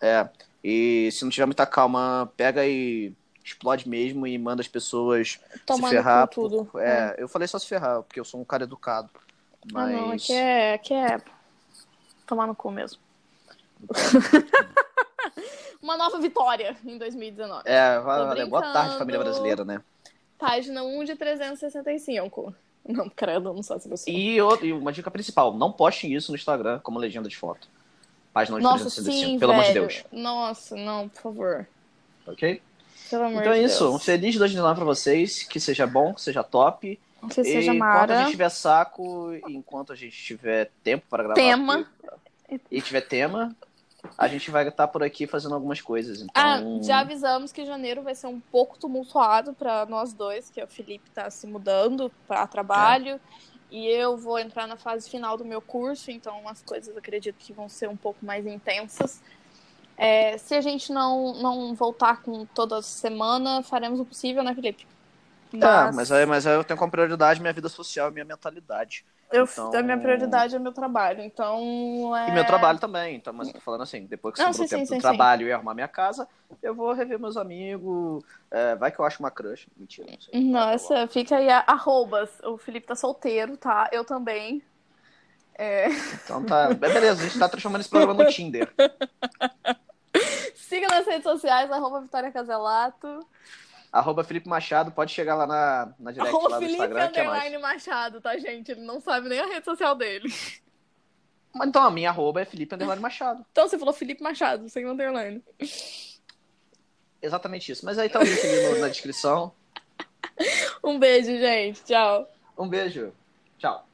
Speaker 1: É. E se não tiver muita calma, pega e explode mesmo e manda as pessoas
Speaker 2: Tomando
Speaker 1: se ferrar.
Speaker 2: com tudo.
Speaker 1: por- É, eu falei só se ferrar, porque eu sou um cara educado.
Speaker 2: Ah,
Speaker 1: Mas.
Speaker 2: não, aqui é, aqui é tomar no cu mesmo. Uma nova vitória em 2019.
Speaker 1: É, vai,
Speaker 2: Tô
Speaker 1: valeu. boa
Speaker 2: brincando.
Speaker 1: tarde, família brasileira, né?
Speaker 2: Página 1 de 365. Não, credo, não sou essa pessoa.
Speaker 1: E, outra- e uma dica principal: não postem isso no Instagram como legenda de foto. Página de
Speaker 2: Nossa,
Speaker 1: 365,
Speaker 2: sim,
Speaker 1: pelo
Speaker 2: velho.
Speaker 1: amor de Deus.
Speaker 2: Nossa, não, por favor.
Speaker 1: Ok?
Speaker 2: Pelo amor
Speaker 1: então é
Speaker 2: de
Speaker 1: isso. Um
Speaker 2: Deus.
Speaker 1: feliz 2019 pra vocês. Que seja bom, que seja top.
Speaker 2: Que seja
Speaker 1: e enquanto a
Speaker 2: Mara.
Speaker 1: gente tiver saco, e enquanto a gente tiver tempo para gravar.
Speaker 2: Tema.
Speaker 1: aqui, E tiver tema, a gente vai estar por aqui fazendo algumas coisas. Então,
Speaker 2: Ah, já avisamos que janeiro vai ser um pouco tumultuado pra nós dois, que o Felipe tá se mudando pra trabalho e eu vou entrar na fase final do meu curso, então as coisas acredito que vão ser um pouco mais intensas. É, se a gente não, não voltar com toda semana, faremos o possível, né, Felipe?
Speaker 1: Tá, mas aí, mas aí eu tenho como prioridade minha vida social e minha mentalidade.
Speaker 2: eu,
Speaker 1: então- tá
Speaker 2: a minha prioridade é meu trabalho, então. É...
Speaker 1: E meu trabalho também. Então, mas eu tô falando assim, depois que
Speaker 2: Não,
Speaker 1: sobrou o
Speaker 2: sim,
Speaker 1: tempo
Speaker 2: sim,
Speaker 1: do
Speaker 2: sim,
Speaker 1: trabalho e arrumar minha casa, eu vou rever meus amigos. é, vai que eu acho uma crush. Mentira, não sei.
Speaker 2: Nossa, fica aí a- arrobas. O Felipe tá solteiro, tá? Eu também.
Speaker 1: Então tá. é, Beleza, a gente tá transformando esse programa no Tinder.
Speaker 2: Siga nas redes sociais, arroba Vitória Caselato.
Speaker 1: Arroba Felipe Machado, pode chegar lá na, na direct lá
Speaker 2: Arroba
Speaker 1: do
Speaker 2: Felipe
Speaker 1: Instagram, que é mais.
Speaker 2: Underline Machado, tá, gente? Ele não sabe nem a rede social dele.
Speaker 1: Mas então a minha arroba é Felipe Underline Machado.
Speaker 2: Então você falou Felipe Machado, sem underline.
Speaker 1: Exatamente isso. Mas aí tá o link ali no- na descrição.
Speaker 2: Um beijo, gente. Tchau.
Speaker 1: Um beijo. Tchau.